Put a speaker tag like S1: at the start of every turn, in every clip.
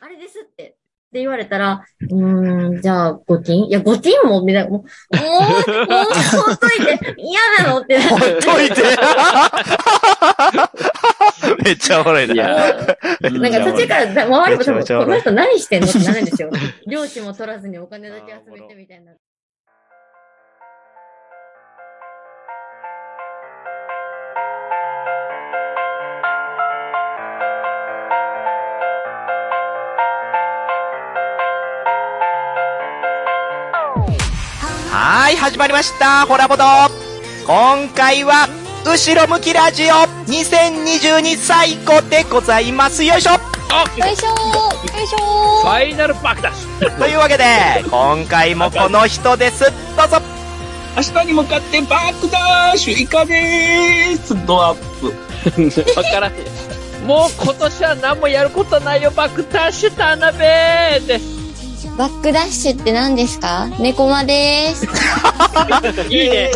S1: あれですって。って言われたら、うーん、じゃあ、五金いや、五金も、みたいな、もう、もう、もう、ほっといて、嫌なのってなって。
S2: ほっといて めっちゃおもろい
S3: い
S2: な。
S3: や、
S1: なんか途中からだ周りも多
S2: めちゃめちゃ
S1: 分、
S2: お
S1: この
S2: もろい
S1: 人何してんのってなるんですよ。漁師も取らずにお金だけ集めてみたいな。
S2: はーい、始まりました、ホラボド今回は、後ろ向きラジオ2022最高でございます。よいしょ
S4: よいしょーよいしょ
S3: フ
S4: ー
S3: ァイナルバックダッシュ
S2: というわけで、今回もこの人です。どうぞ
S5: 明日に向かってバックダッシュイカでーすドアップ。
S3: わからんよもう今年は何もやることないよ、バックダッシュ田辺です。
S4: バックダッシュって何ですか猫までーす。
S3: いいね。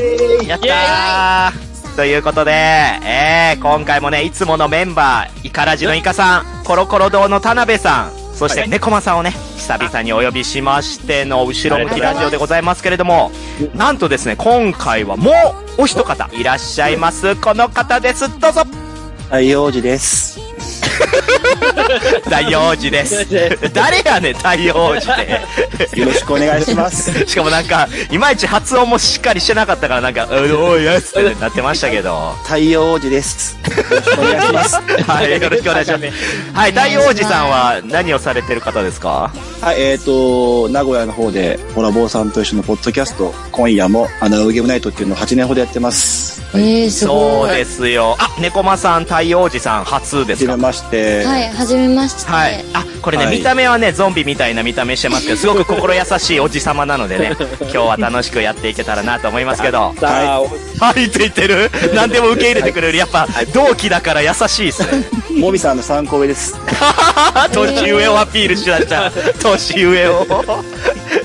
S2: やったーということで、えー、今回もね、いつものメンバー、イカラジのイカさん、コロコロ堂の田辺さん、そして
S3: はい
S2: ネコマさんをね、久々にお呼びしましての後ろ向きラジオでございますけれども、なんとですね、今回はもうお一方いらっしゃいます。この方です。どうぞ
S6: はい、王子です。
S2: 大王子です。 誰やねん、大王子で。
S6: よろしくお願いします。
S2: しかもなんか、いまいち発音もしっかりしてなかったから、なんか、うおいやすってなってましたけど。
S6: 太陽王子です。よろしくお願いします。
S2: はい、よろしくお願いします。はい、大王子さんは何をされてる方ですか
S6: はい、えっ、ー、と、名古屋の方で、ホラボーさんと一緒のポッドキャスト、今夜もアナログゲームナイトっていうのを8年ほどやってます。
S4: えー、す
S2: そ
S4: ご
S2: う
S4: い。
S2: ですよ。あ、猫間さん、大王子さん、初で
S6: はじ
S2: す
S6: め
S2: か
S6: まして。
S4: はい、はじめまして。
S2: はい。あ、これね、
S6: はい
S2: 見た目はね、ゾンビみたいな見た目してますけど、すごく心優しいおじさまなので ね、今日は楽しくやっていけたらなと思いますけど。
S3: さあ、
S2: はい、ついてる何でも受け入れてくれる。やっぱ、同期だから優しいっすね。
S6: モビさんの3個上です。
S2: 年上をアピールしだった。 年上を。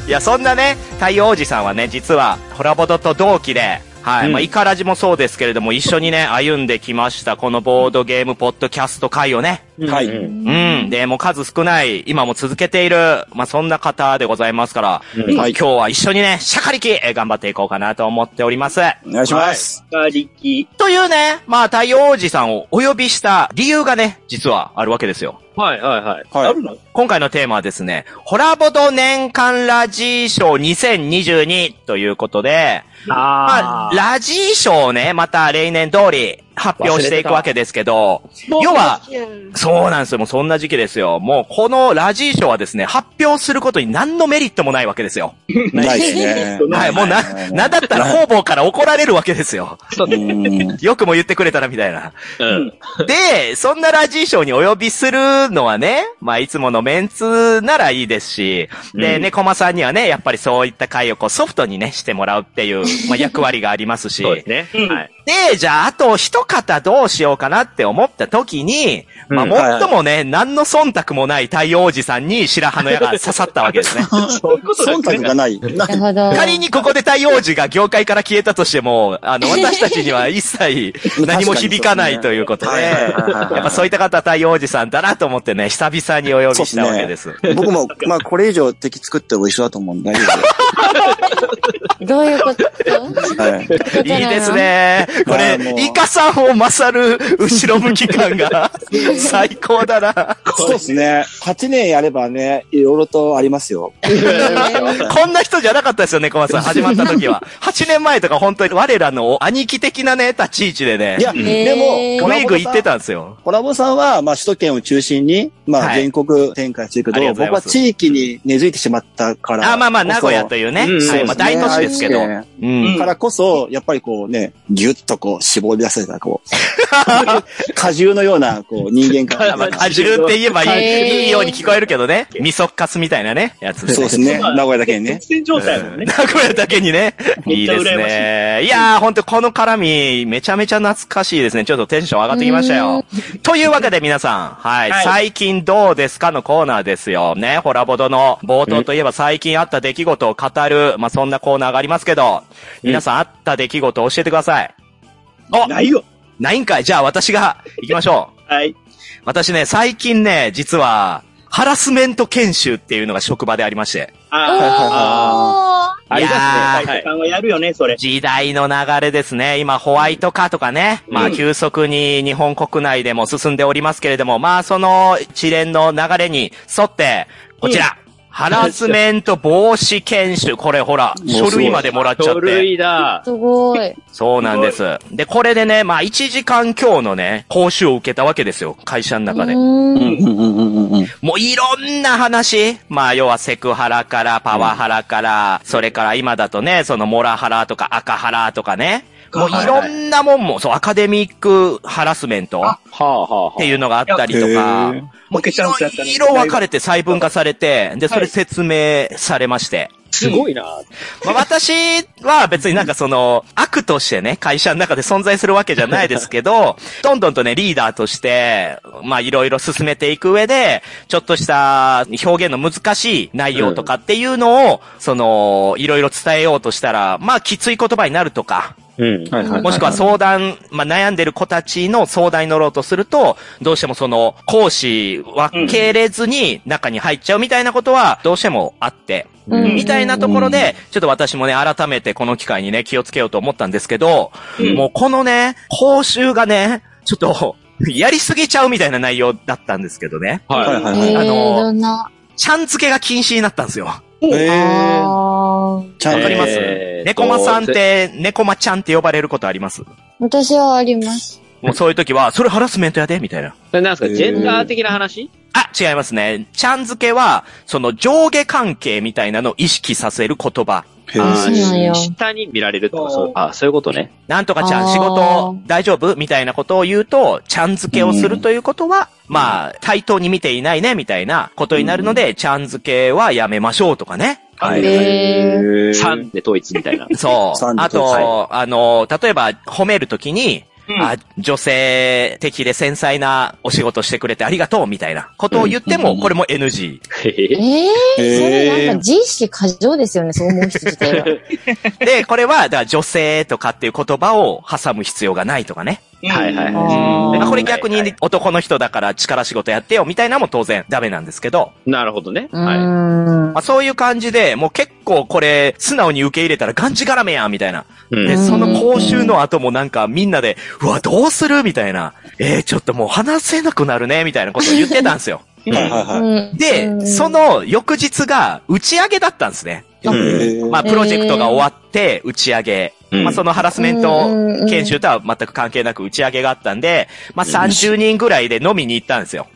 S2: いや、そんなね、太陽王子さんはね、実は、ホラボドと同期で、はい。まあ、イカラジもそうですけれども、一緒にね、歩んできました、このボードゲームポッドキャスト会をね。
S6: はい。
S2: うん。で、もう数少ない、今も続けている、まあ、そんな方でございますから、
S6: んはい
S2: 今日は一緒にね、シャカリキ、えー頑張っていこうかなと思っております。
S6: お願いします。
S5: カリキ。
S2: というね、まあ、太陽王子さんをお呼びした理由がね、実はあるわけですよ。
S3: はいはいはい。
S6: はい。
S2: 今回のテーマはですね、ホラボド年間ラジー賞2022ということで、ま
S3: あ
S2: あ、ラジー賞をね、また例年通り発表していくわけですけど、
S3: もう
S2: 要は、そうなんですよ。もうそんな時期ですよ。もうこのラジー賞はですね、発表することに何のメリットもないわけですよ。
S6: ないですね。
S2: はい、もうな、なんだったら方々から怒られるわけですよ。
S6: うん。
S2: よくも言ってくれたらみたいな。
S3: うん。
S2: で、そんなラジーショーにお呼びするのはね、まあ、いつものメンツならいいですし、で、猫、間さんにはね、やっぱりそういった回をこうソフトにね、してもらうって いう、まあ、役割がありますし、
S3: そうですね。はい。
S2: で、じゃあ、あと一方どうしようかなって思った時に、まあ、
S3: うん
S2: 最もね、何の忖度もない太陽王子さんに白羽の矢が刺さったわけですね。
S3: そういうことです
S6: 忖
S3: ね
S6: 度がない。な
S4: なるほど。
S2: 仮にここで太陽王子が業界から消えたとしても、あの、私たちには一 切何も響かないということで、
S6: はいはいはいはい
S2: やっぱそういった方は太陽王子さんだなと思ってね、久々にお呼びしたわけです。
S6: 僕も、まあ、これ以上敵作っても一緒だと思うんで大丈
S4: どういうこと
S6: 夫です。はい。
S2: いいです。ね。こ
S6: あーもう
S2: れ、イカさんを勝る後ろ向き感 が最高だな。
S6: そうですね。8年やればね、いろいろとありますよ。
S2: こんな人じゃなかったですよね、コ マさん。始まった時は。8年前とか本当に我らの兄貴的なね、立ち位置でね
S6: い、や、で
S4: え
S6: も、
S2: グイグイ言ってたんですよ。
S6: コラボさんは、まあ、首都圏を中心に、ま
S2: は
S6: あ、
S2: い
S6: 全国展開してるけど、
S2: ありがとうござい
S6: 僕
S2: ま
S6: は
S2: す
S6: 地域に根付いてしまったからこそ。
S2: あ、まあまあ、名古屋というね。
S3: うん
S2: はい、まあ、大都市ですけど。
S6: そうですね
S2: うん。
S6: からこそ、やっぱりこうね、ぎゅっとこう、絞り出された、こ う、果汁のような、こう、人間
S3: あ
S6: 感
S3: まあ
S2: 果汁って言えばい
S4: へ
S2: い
S4: ー
S2: いいように聞こえるけどね。味噌かすみたいなね、やつ
S6: そうですね。名古屋だけにね
S5: 熱。戦状態だよ ね。
S2: 名古屋だけにね。い
S5: め
S2: い
S5: っちゃ
S2: で
S5: 羨ますしい
S2: ね。いやー、ほんとこの絡み、めちゃめちゃ懐かしいですね。ちょっとテンション上がってきましたよ。というわけで皆さん、はい、
S5: はい
S2: 最近どうですかのコーナーですよ。ね、ホラボドの冒頭といえば最近あった出来事を語る、まあ、そんなコーナーがありますけど、皆さんあった出来事を教えてください。あ、
S5: ないよ。
S2: ないんかいじゃあ私が、行きましょう。
S5: はい。
S2: 私ね、最近ね、実は、ハラスメント研修っていうのが職場でありまして。
S5: あーありますね。
S2: いやー
S5: 斉藤さんはやるよね、それ。
S2: 時代の流れですね。今、ホワイト化とかね。まあ、急速に日本国内でも進んでおりますけれども、まあ、その一連の流れに沿って、こちら。ハラスメント防止研修。これほら、
S6: もうすごい
S2: 書類までもらっちゃっ
S3: 書
S2: て。
S3: 類だ。
S4: すごい。
S2: そうなんです。で、これでね、まあ、1時間強のね、講習を受けたわけですよ。会社の中で。
S4: うーん
S6: うんうんうんうんうん。
S2: もういろんな話。まあ、要はセクハラから、パワハラから、それから今だとね、そのモラハラとか赤ハラとかね。もういろんなもんも、そう、アカデミックハラスメントっ
S3: はあはあはあ
S2: ていうのがあったりと
S6: へ
S2: か
S6: ー、
S2: もう
S5: ポケ
S2: い
S5: チャンスや
S2: ろ
S5: ったね
S2: いろ分かれて細分化されて、で、そ
S5: は
S2: れ
S5: い
S2: 説明されまして。
S3: すごいな。
S2: まあ、私は別になんかその、悪としてね、会社の中で存在するわけじゃないですけ ど、どんどんとね、リーダーとして、まあいろいろ進めていく上で、ちょっとした表現の難しい内容とかっていうのを、その、いろいろ伝えようとしたら、まあきつい言葉になるとか、
S3: うん。
S6: はいはいいい。
S2: もしくは相談、まあ、悩んでる子たちの相談に乗ろうとすると、どうしてもその、講師は経れずに中に入っちゃうみたいなことは、どうしてもあって、
S4: うん
S2: みたいなところで、ちょっと私もね、改めてこの機会にね、気をつけようと思ったんですけど、
S5: うん
S2: もうこのね、報酬がね、ちょっと、やりすぎちゃうみたいな内容だったんですけどね。
S6: はい
S3: は。
S6: はいい
S4: え
S6: はい。
S4: ー、
S2: あの
S4: どんな。
S2: ちゃん付けが禁止になったんですよ。わ
S6: えー、
S4: あー
S6: ちゃん
S2: かります
S3: えー
S2: 猫間さんって、猫間ちゃんって呼ばれることあります
S4: 私はあります。
S2: もうそういう時は、それハラスメントやでみたいな。
S3: それなんですか
S6: えー
S3: ジェンダー的な話
S2: あ、違いますね。ちゃん付けは、その上下関係みたいなのを意識させる言葉。
S6: へ
S4: あ
S6: ー
S4: そうなんや
S3: 下に見られるとか、そう
S5: そう
S3: あ、そういうことね。
S2: なんとかちゃ
S4: あ
S2: ん
S4: ー
S2: 仕事大丈夫みたいなことを言うと、ちゃん付けをするということは、まあ、対等に見ていないねみたいなことになるので、ちゃん付けはやめましょうとかね。
S6: はいはい。
S4: えー、
S6: へー
S3: 3で統一みたいな。
S2: そう
S6: 賛。辞
S2: あ
S6: と
S2: と、あの、例えば褒めるときに、
S5: うん
S2: あ、女性的で繊細なお仕事してくれてありがとうみたいなことを言って
S6: う
S2: も、
S6: ん
S2: これも NG。
S3: へ
S4: え
S3: へへ
S4: ー、そ
S6: へー
S4: れなんか自意識過剰ですよね、そう思う人自体は。
S2: で、これは、だから女性とかっていう言葉を挟む必要がないとかね。
S5: うん
S3: はいはいは
S4: あ
S2: で
S4: ー
S2: これ逆
S3: はいは
S2: に男の人だから力仕事やってよみたいなのも当然ダメなんですけど、
S3: い。なるほどね。
S4: う
S3: は
S4: ーん
S2: まあ、そういう感じで、もう結構これ素直に受け入れたらがんじがらめやみたいな。
S3: い。う
S2: で、
S3: ん。
S4: ん
S2: その講習の後もなんかみんなで、うわ、どうするみたいな。えー、ちょっともう話せなくなるね、みたいなことを言ってたんで すよ。
S6: はいはいはい。
S2: で、そ、の翌日が打ち上げだったんですね。
S3: うん
S6: へー
S2: まあ、プロジェクトが終わって打ち上げ。
S3: うん
S2: まあ、そのハラスメント研修とは全く関係なく打ち上げがあったんで、まあ、30人ぐらいで飲みに行ったんですよ。
S3: うん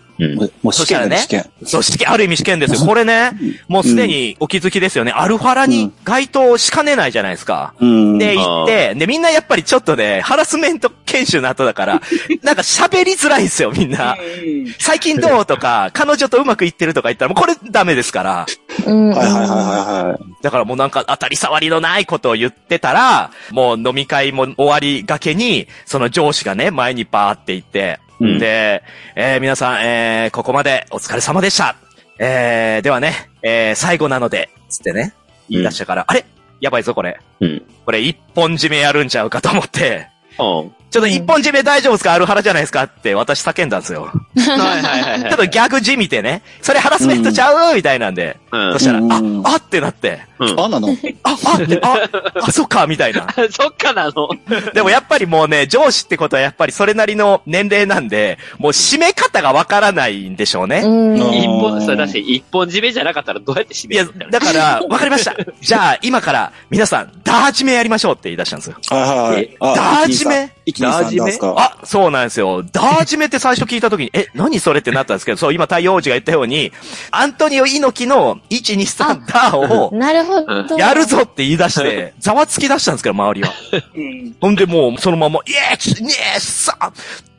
S6: もう試験だね、
S2: そし
S6: 試験。
S2: そう、試験、ある意味試験ですよ。これね、もうすでにお気づきですよね。アルファラに該当しかねないじゃないですか。
S6: うん。
S2: で、
S3: ん
S2: 行って、で、みんなやっぱりちょっとね、ハラスメント研修の後だから、なんか喋りづらいんですよ、みんな。
S5: うん
S2: 最近どうとか、彼女とうまくいってるとか言ったら、もうこれダメですから。
S4: うんうん
S6: はいはいはいはいはい。
S2: だからもうなんか当たり障りのないことを言ってたら、もう飲み会も終わりがけに、その上司がね、前にバーって行って、
S3: うん
S2: で、えー皆さん、えーここまでお疲れ様でした。えーではね、えー最後なので、つってね、言い出したから、あれやばいぞ、これ。
S3: うん
S2: これ一本締めやるんちゃうかと思って、
S3: うん
S2: ちょっと一本締め大丈夫ですかアルハラじゃないですかって私叫んだんですよ。
S3: はいはいはいは
S2: ち
S3: い。
S2: ょっとギャグじみてね、それハラスメントちゃうみたいなんで、
S3: うん
S2: そしたら、
S6: うん
S2: あ、あってなって、
S3: うん
S6: あ、なの
S2: あ、 あって、あ、あ、そっか、みたいな。
S3: そっかなの。
S2: でもやっぱりもうね、上司ってことはやっぱりそれなりの年齢なんで、もう締め方がわからないんでしょうね。
S4: うん
S6: うん
S3: 一本、それだし、一本締めじゃなかったらどうやって締
S2: い
S3: め
S2: や、
S3: るんだろう
S2: だから、わかりま した。じゃあ、今から、皆さん、ダー締めやりましょうって言い出したんですよ。
S6: はいはい。あ
S2: ダージメ
S6: 一二三一二三ダンスか。
S2: あ、そうなんですよ。ダー締めって最初聞いた時に、え、何それってなったんですけど、そう、今、太陽王子が言ったように、アントニオ猪木の1、2、3、ダーを、
S4: なるほど。
S2: やるぞって言い出 して、ざわつき出したんですけど、周りは。
S5: うん
S2: ほんでもう、そのまま、イエーイねえさ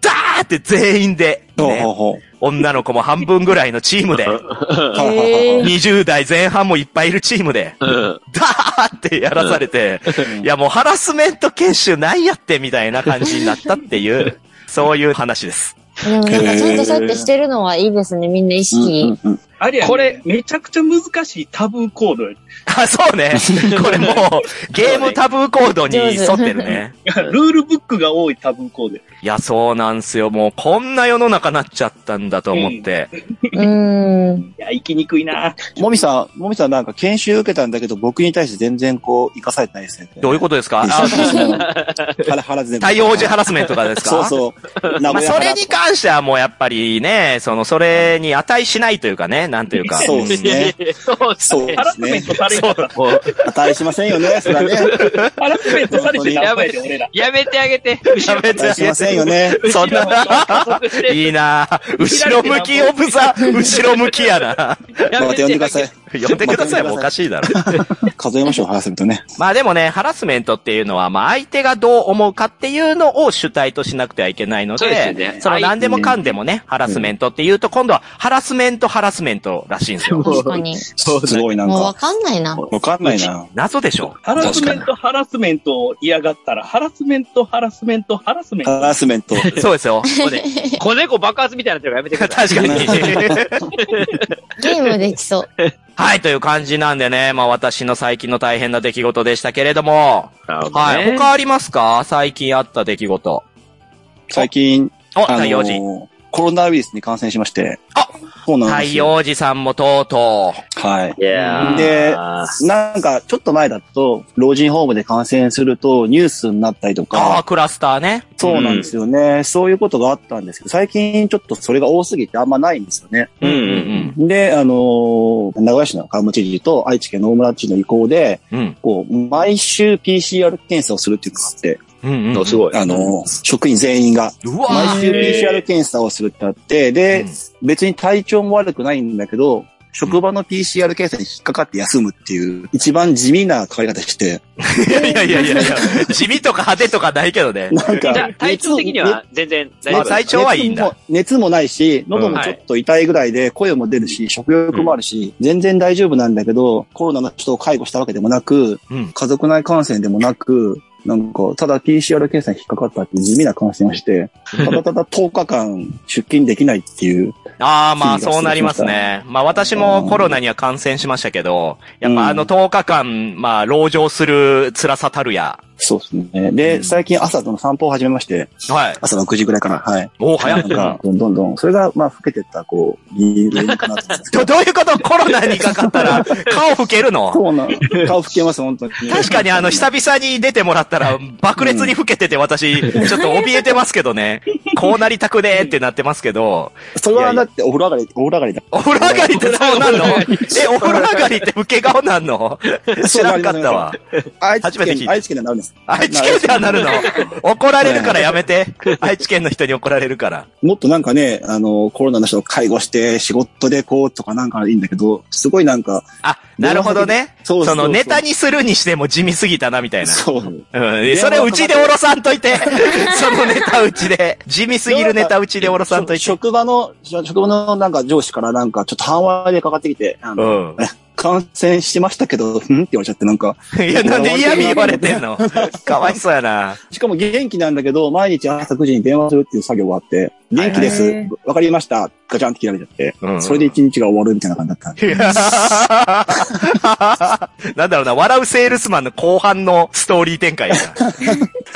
S2: ダーって全員で、
S6: ほうほう
S2: ね、
S6: ほう。
S2: 女の子も半分ぐらいのチーム で、
S6: はいはいはいはい。
S2: 20代前半もいっぱいいるチームで、
S3: うん。
S2: ダーってやらされて、
S6: うん
S2: いやもうハラスメント研修ないやってみたいな感じになったっていう、そういう話です。
S4: でもなんかちゃんとそうやってしてるのはいいですね、みんな意識。
S6: うんうんうん
S5: あれや、
S3: こ
S5: こ
S3: れ
S5: れ、めちゃくちゃ難しいタブーコードよ。
S2: あ、そう ね。これもう、ゲームタブーコードに沿ってるね。
S5: ルールブックが多いタブーコードよ。
S2: いや、そうなんすよ。もう、こんな世の中なっちゃったんだと思って。
S4: うーん。
S5: いや、行きにくいな。
S6: もみさん、もみさんなんか研修受けたんだけど、僕に対して全然こう、生かされてないですね。
S2: どういうことです かあ、
S6: ハラハラ全部。
S2: 太陽時ハラスメントがですか
S6: そうそう。名
S2: まあ、
S6: 古屋
S2: そ
S6: 原
S2: れに関してはもうやっぱりね、その、それに値しないというかね、なんというか。
S6: そうですね。
S3: そうです
S6: そう
S3: ね
S6: で
S5: ハラ
S6: す
S5: スメン
S6: ね。
S5: トされてた。
S6: 値しませんよね、そらね。
S5: ハラスメントされてた。やばいで、俺ら。
S3: やめてあげて。後ろ
S2: べて
S6: 値しませんよね。
S2: そん
S5: うちら
S2: な
S5: は、
S3: 加速して。
S2: いいなぁ後ろ向きオブザ、後ろ向きやな
S6: ま
S3: や
S6: た
S3: め
S6: 呼
S3: てあ
S6: んでく
S3: げて
S6: だ。さい。
S2: 呼んでくださいもおかしいだろ。
S6: 数えましょう、ハラスメントね。
S2: まあでもね、ハラスメントっていうのは、まあ相手がどう思うかっていうのを主体としなくてはいけないの
S3: そうですよ
S2: で、
S3: ね
S2: その何でもかんでもね、ハラスメントっていうと、今度はハラスメントハラスメントらしいんですよ。
S4: 確かに。
S6: すごいなん
S4: もう
S6: か
S4: わ。かんないな。
S6: わかんないな。
S2: 謎でしょ
S5: ハラスメント、ハラスメントを嫌がったら、ハラスメント、ハラスメント、ハラスメン
S6: ハ
S5: ト。
S6: ラスメント。
S2: そうですよ。
S3: ここで子猫爆発みたいになってるからやめ てくだ
S2: 確
S3: さ
S2: か
S3: い。
S2: に。
S4: ゲームでき そう。
S2: はい、という感じなんでね、まあ私の最近の大変な出来事でしたけれども、はい、
S3: ね
S2: 他ありますか最近あった出来事。
S6: 最近、
S2: お、
S6: あ
S2: 太陽寺。
S6: の、コロナウイルスに感染しまして。
S2: あ
S6: そうなん
S2: 太
S6: ですよ。
S2: 陽寺さんもとうとう。
S6: はい。
S3: いやー
S6: でなんか、ちょっと前だと、老人ホームで感染するとニュースになったりと
S2: ああ、
S6: か、
S2: クラスターね。
S6: そうなんですよね、そういうことがあったんですけど、最近ちょっとそれが多すぎてあんまないんですよね。
S2: うんうん
S6: で、あのー名古屋市の川口知事と愛知県の大村知事の意向で、
S2: うん。うん。
S6: こう、毎週 PCR 検査をするっていうのがあって、
S2: うんうん。
S3: すごい。
S6: あのー職員全員が、
S2: うわー
S6: 毎週
S3: へー
S6: PCR 検査をするってあって、で、別に体調も悪くないんだけど、職場の PCR 検査に引っかかって休むっていう、一番地味な変わり方して、
S2: いやいやいやいやいや、地味とか派手とかないけ どね。
S6: なん
S3: じゃあ
S6: か、、
S3: 体調的には全然大丈
S2: ま
S3: 夫。
S2: あ体調はいいんだ
S6: 熱も。熱もないし、喉もちょっと痛いぐらいで、声も出るし、食欲もあるし、全然大丈夫なんだけど、コロナの人を介護したわけでもなく、
S2: うん。
S6: 家族内感染でもなく、なんか、ただ PCR 検査に引っかかったっていう地味な感染をして、ただただ10日間出勤できないっていう、
S2: ああ、まあ、そうなりますね。まあ、私もコロナには感染しましたけど、やっぱあの10日間、まあ、籠城する辛さたるや。
S6: そうですね。で、最近朝の散歩を始めまして、
S2: はい。
S6: 朝6時ぐらいから、はい。
S2: おお、早
S6: なん
S2: っ。
S6: か、どんどんどん、それが、まあ、老けてった、こう、理由かなと思うんですけ
S2: ど、
S6: ど。
S2: どういうことコロナにかかったら、顔吹ける の
S6: そうな、顔拭けます、本当に。
S2: 確かにあの、久々に出てもらったら、爆裂に老けてて私、ちょっと怯えてますけどね。こうなりたくねーってなってますけど、
S6: それはだって、お風呂上がり、お風呂上がりだ。
S2: お風呂上がりってそうなんの え、お風呂上がりって老け顔なんの知らんかったわ。
S6: 愛
S2: 初
S6: 知
S2: めて聞い
S6: 県、
S2: た
S6: 愛知県ではなるんです。
S2: 愛知県ではなるの怒られるからやめて。愛知県の人に怒られるから。
S6: もっとなんかね、あの、コロナの人を介護して、仕事でこうとかなんかいいんだけど、すごいなんか、
S2: あ、なるほどね。
S6: そ
S2: そのネタ
S6: に。
S2: にするにしても地味すぎたな、みたいな。
S6: そう。
S2: うん。それうちでおろさんといて。 そのネタうちで。地味すぎるネタうちでおろさんといて。
S6: 職場の、職場のなんか上司からなんか、ちょっと半割でかかってきて、あ
S2: う
S6: の
S2: ん。
S6: 感染してましたけど、んって言われちゃってなんか、
S2: いや、なんで嫌味言われてんのかわいそうやな。
S6: しかも元気なんだけど、毎日朝9時に電話するっていう作業があって、元気で
S1: は
S6: す
S1: い。
S6: わかりました。ガチャンって切られちゃって
S2: う、ん
S6: それで一日が終わるみたいな感じだったんで。
S2: いやーなんだろうな、笑うセールスマンの後半のストーリー展開 やな。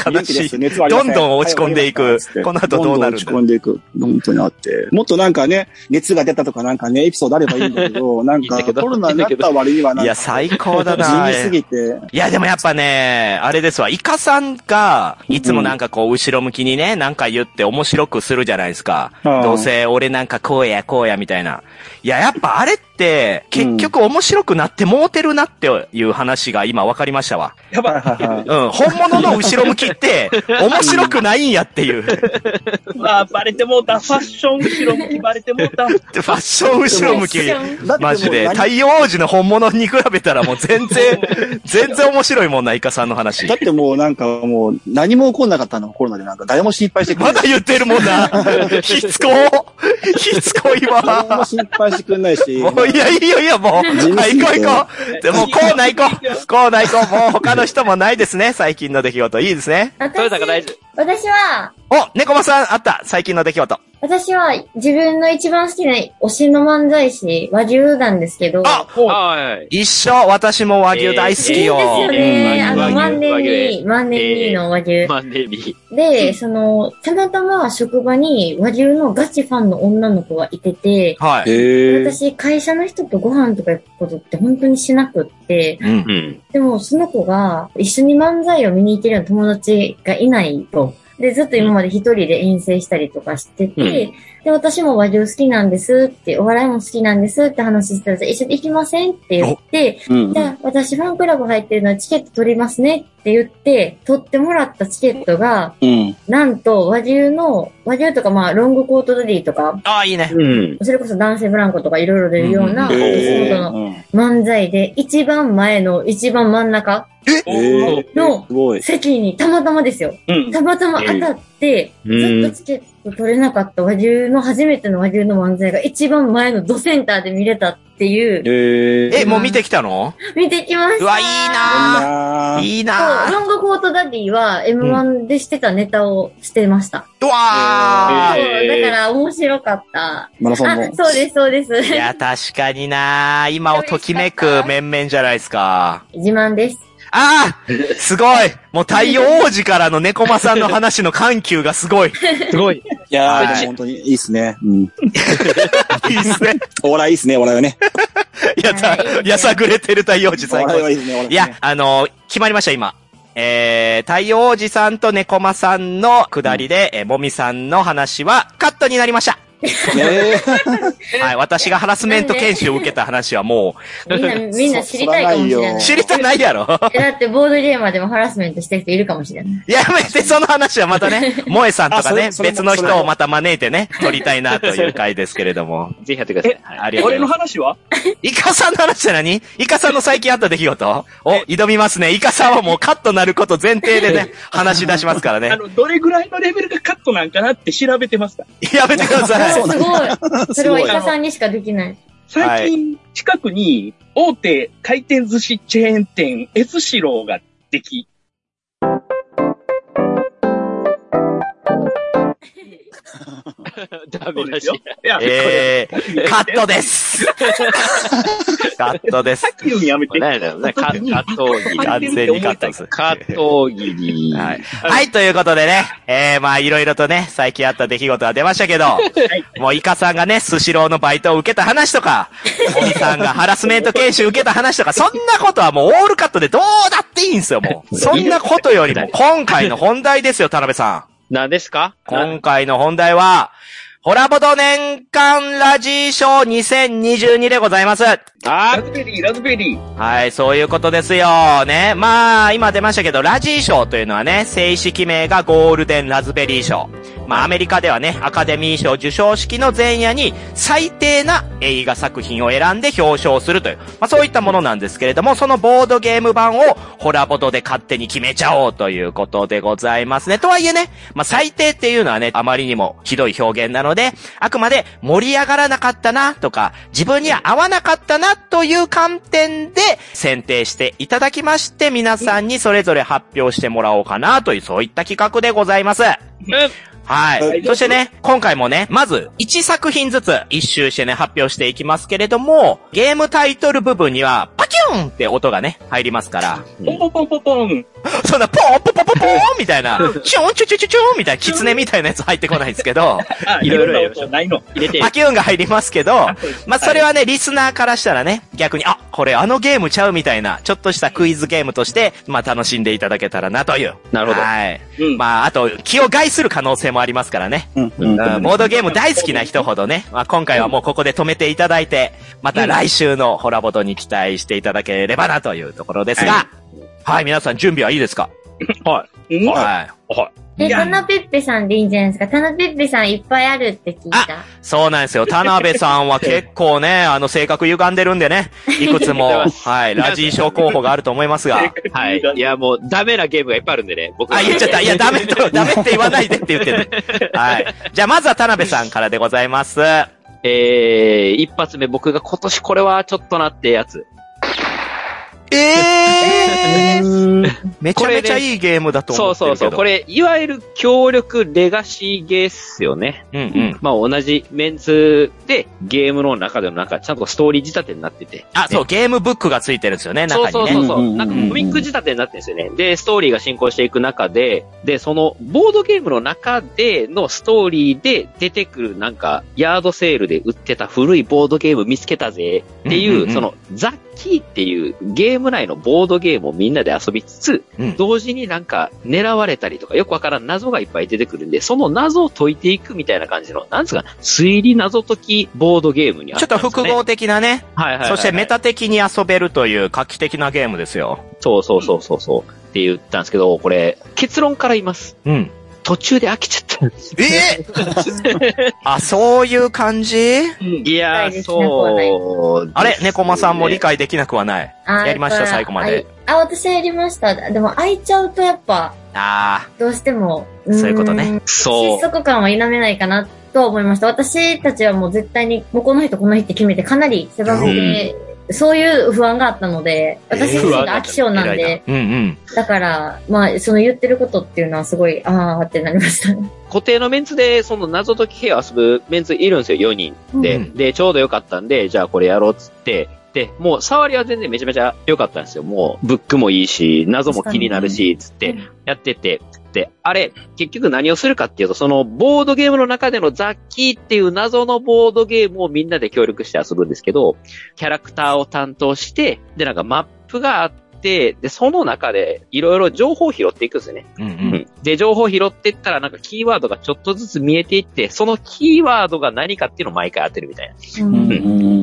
S2: 悲
S6: 元気で
S2: し
S6: す
S2: い。
S6: 熱はありませ
S2: どんどん落ち込んでいく
S6: はいわかりましたつって
S2: この後どうなるんだ
S6: どんどん落ち込んでいく。本当にあって。もっとなんかね、熱が出たとかなんかね、エピソードあればいいんだけど、なん
S3: いいんだ
S6: か
S3: けど
S6: コロナになった割にはなん
S2: い
S6: か、
S2: や、最高だ
S6: 地
S2: な。
S6: 味すぎて、
S2: いや、でもやっぱね、あれですわ、イカさんが、いつもなんかこう、後ろ向きにね、なんか言って面白くするじゃないですか。
S6: うん
S2: どうせ俺なんかこうや、こうや、みたいな。いや、やっぱあれって、結局面白くなってもうてるなっていう話が今分かりましたわ。
S5: やばい。
S2: うん、本物の後ろ向き って、面白くないんやっていう。
S5: まあ、バレてもうた。ファッション後ろ向きバレてもう た。
S2: ファッション後ろ向き。
S6: だってもう
S2: マジで。
S6: 何
S2: 太陽王子の本物に比べたらもう全 然、全然面白いもんな、イカさんの話
S6: だ。ってもうなんかもう何も起こんなかったの、コロナでなんか誰も心配してくれ
S2: ま
S6: な
S2: だ
S6: い。
S2: 言ってるもん な。しつこしつこい
S6: 誰も
S2: わ。
S6: 心配してくれないし、
S2: もういや、いいよ、いいよ、もう。はい、行こう、行こう。でも、コーナー行こう。コーナー行こう。もう他の人もないですね、最近の出来事。いいですね。
S1: 私
S3: トヨタが大事。
S1: 私は、
S2: お、猫間さん、あった。最近の出来事。
S1: 私は自分の一番好きな推しの漫才師、和牛なんですけど、
S2: あ
S3: はい。
S2: 一生、私も和牛大好
S1: いい
S2: き
S1: ん
S2: よ。
S1: ですよね。
S3: えー
S1: あ
S3: 和
S1: の、
S3: 牛
S1: 万年に、万年にの和牛。
S3: マンネリ。
S1: で、その、たまたま職場に和牛のガチファンの女の子がいてて、
S2: はい。
S6: へえ。
S1: 私、会社の人とご飯とか行くことって本当にしなくって、
S2: うん。
S3: うん。
S1: でもその子が一緒に漫才を見に行ってるような友達がいないと。で、ずっと今まで一人で遠征したりとかしてて、
S3: うん
S1: で、私も和牛好きなんですって、お笑いも好きなんですって話してたら、一緒に行きませんって言って、
S6: うん
S1: じゃあ私ファンクラブ入ってるのでチケット取りますねって言って、取ってもらったチケットが、
S6: うん。
S1: なんと、和牛の、和牛とか、まあ、ロングコートダディとか、
S2: ああ、いいね。
S3: うん。
S1: それこそ男性ブランコとかいろいろ出るような、
S2: うん
S1: 吉本の
S6: うん
S1: 漫才で、一番前の一番真ん中
S6: えー
S1: の
S6: すごい。
S1: 席にたまたまですよ。
S6: うん。
S1: たまたま当たって、
S3: うん
S1: ずっとチケット取れなかった和牛の初めての和牛の漫才が一番前のドセンターで見れたっていう、
S6: へえ。
S2: え、もう見てきたの
S1: 見てきました。
S2: うわ、いいなー
S6: いい
S2: い
S1: そ
S2: い
S1: う、
S2: なー
S1: ロングコートダディは M1 でしてたネタをしてました。
S2: うわー
S1: そう、だから面白かった。
S6: なマラソン
S1: あ
S6: も、。
S1: そうです、そうです。
S2: いや、確かにな今をときめく面々じゃないですか。
S1: 自慢です。
S2: ああすごいもう太陽王子からの猫間さんの話の緩急がすごい。
S3: すごい。
S6: いや
S2: は
S6: ー、
S2: い
S6: 本当にいいっすね。うん。
S2: いいっすね。
S6: お笑いいいっすね、お笑いはね。
S2: いや、た、やさぐれてる太陽王子
S6: お
S2: 最高
S6: 笑い
S2: で
S6: はいいっすね、お
S2: す。
S6: 笑
S2: い
S6: いはね。
S2: や、あのー決まりました、今。えー、太陽王子さんと猫間さんの下りで、えーもみさんの話はカットになりました。
S6: ねえ
S2: はい、私がハラスメント研修を受けた話はも
S1: みん な、みんな知りたいかもしれな
S2: う、
S1: い。
S6: そ
S2: 知りたないや ろ
S1: えだって、ボードゲーマーでもハラスメントしてる人いるかもしれない。
S2: やめて、その話はまた ね、萌えさんとかね
S6: あ、それ
S2: 別
S6: それ
S2: の
S6: もそれ
S2: 人
S6: も
S2: をまた招いてね、撮りたいなという回ですけれど も。
S3: ぜひやってください。はい
S2: ありがとうござ
S5: 俺
S2: いま
S5: の
S2: す。
S5: 話は
S2: イカさんの話って何イカさんの最近あった出来事を挑みますね。イカさんはもうカットなること前提でね、話し出しますから
S5: あ
S2: ね。
S5: の、どれぐらいのレベルがカットなんかなって調べてました。
S2: やめてください。
S1: すごい。それはイカさんにしかできない。
S5: 最近、近くに、大手回転寿司チェーン店、S シローができ、
S3: ダ
S5: そ
S3: メだ
S5: うです
S3: し
S5: よ。い。や、
S2: えー、カットです。カットです
S5: さ。っき言うんやめて。
S3: 何だ ろうね。カット切り。
S2: 完全にカットです。
S3: カット切り。
S2: はい。はい、ということでね、えー、まあ、いろいろとね、最近あった出来事は出ましたけど、もう、イカさんがね、スシローのバイトを受けた話と か、おじさんがハラスメント研修受けた話とか、そんなことはもう、オールカットでどうだって いいんですよ、もう。そんなことよりも、今回の本題ですよ、田辺さん。
S3: 何ですか
S2: 今回の本題は、ホラボド年間ラジーショー2022でございます。
S5: ラ
S3: あ
S5: ズベリー、ラズベリー。
S2: はい、そういうことですよ。ね。まあ、今出ましたけど、ラジー賞というのはね、正式名がゴールデンラズベリー賞。まあ、アメリカではね、アカデミー賞受賞式の前夜に、最低な映画作品を選んで表彰するという、まあ、そういったものなんですけれども、そのボードゲーム版を、ホラボドで勝手に決めちゃおうということでございますね。とはいえね、まあ、最低っていうのはね、あまりにもひどい表現なので、あくまで盛り上がらなかったなとか、自分には合わなかったなという観点で選定していただきまして、皆さんにそれぞれ発表してもらおうかなという、そういった企画でございます。は。
S6: はいい
S2: そしてね、今回もね、まず1作品ずつ一周してね、発表していきますけれども、ゲームタイトル部分には、パキューンって音がね、入りますから、
S5: ポンポンポンポンポン。
S2: そんな、ポンポポポポーンみたいな、チュンチュチュチュチュンみたいな、キツネみたいなやつ入ってこないんですけど、
S5: あ、
S3: い
S5: い
S3: ろ
S5: ろ
S3: いろやり
S5: いろな
S3: ましょう
S5: 音ないの。
S3: 入れて。
S2: パキューンが入りますけど、まあ、それ
S5: は
S2: はね、リスナーからしたらね、逆に、あ、これあのゲームちゃうみたいな、ちょっとしたクイズゲームとして、まあ、楽しんでいただけたらなという。
S3: なるほど
S2: はい。
S5: い、うん。
S2: まあ、あと、気を害する可能性もありますからね。
S6: うん
S2: う
S6: うんん
S2: ボードゲーム大好きな人ほどね、まあ、今回はもうここで止めていただいて、また来週のホラボドに期待していただければなというところですが、はい、皆さん準備はいいですか
S5: うん
S2: はい。
S1: え、
S5: いや
S1: タナペッペさんでいいんじゃないですかタナペッペさんいっぱいあるって聞いた。
S2: そうなんですよ。田辺さんは結構 ね、あの、性格歪んでるんでね、いくつも、はい、ラジー賞候補があると思います が。
S3: はい。いや、もう、ダメなゲームがいっぱいあるんでね。僕
S2: あ、言っちゃった。いや、ダメ と、ダメって言わないでって言ってね。はい。じゃあ、まずは田辺さんからでございます。
S3: えー、一発目僕が今年これはちょっとなってやつ。
S2: えー、めちゃめちゃ
S3: これね
S2: いいゲームだと
S3: そ
S2: 思
S3: う
S2: って
S3: そ
S2: る
S3: う
S2: け
S3: そう。
S2: ど。
S3: これ、いわゆる協力レガシーゲーっすよね。
S2: うんうん。
S3: まあ同じメンツでゲームの中でもなんかちゃんとストーリー仕立てになってて。
S2: あ、そう、ゲームブックがついてるんですよね、
S3: そう
S2: 中
S3: そ
S2: に
S3: う
S2: ね。
S3: そうそうう。
S6: んうん
S3: なんかコミック仕立てになってるんですよね。で、ストーリーが進行していく中で、で、そのボードゲームの中でのストーリーで出てくるなんか、ヤードセールで売ってた古いボードゲーム見つけたぜっていう、
S2: うんうんうん
S3: そのザッキーっていうゲーム内のボードゲームをみんなで遊びつつ、
S2: うん
S3: 同時になんか狙われたりとかよくわからん謎がいっぱい出てくるんで、その謎を解いていくみたいな感じの、なんですか、推理謎解きボードゲームにあ
S2: ちょったと
S3: ん
S2: 複
S3: ですよね
S2: 合的なね、
S3: はいはいはいは
S2: そ
S3: い
S2: してメタ的に遊べるという画期的なゲームですよ。
S3: そうそうそうそうそう。って言ったんですけど、これ、結論から言います。
S2: うん。
S3: 途中で飽きちゃったんです。
S2: ええ あ、そういう感じ
S3: い
S1: 痛
S3: や
S1: いで
S3: ー、
S1: すねこれ
S3: そう。
S2: あれ、猫間さんも理。解できなくはない。
S1: あー
S2: やりまし
S1: や
S2: た
S1: っぱ
S2: 最後まで
S1: あいあ、私やりました。でも、開いちゃうとやっぱ、
S2: あ
S1: どうしても、
S2: そういうことね
S1: ん。
S3: そ
S1: 失
S3: う。
S1: 速感は否めないかなとは思いました。私たちはもう絶対に、もうこの人この人って決めてかなり狭めて、そういう不安があったので、私自身が飽き性
S2: あ、
S1: なん
S2: 偉
S1: で
S2: い、な。うんうん。
S1: だから、まあ、その言ってることっていうのはすごい、あーってなりましたね。
S3: 固定のメンツで、その謎解き系を遊ぶメンツいるんですよ、4人で。
S2: うん
S3: で、ちょうど良かったんで、じゃあこれやろうっつって。で、もう、触りは全然めちゃめちゃ良かったんですよ。もう、ブックもいいし、謎も気になるし、つって。やってて、で、あれ、結局何をするかっていうと、そのボードゲームの中でのザッキーっていう謎のボードゲームをみんなで協力して遊ぶんですけど、キャラクターを担当して、で、なんかマップがあって、で、その中でいろいろ情報を拾っていくんですよね。
S2: うんう。
S3: うんん。で、情報を拾っていったら、なんかキーワードがちょっとずつ見えていって、そのキーワードが何かっていうのを毎回当てるみたいな。
S1: うん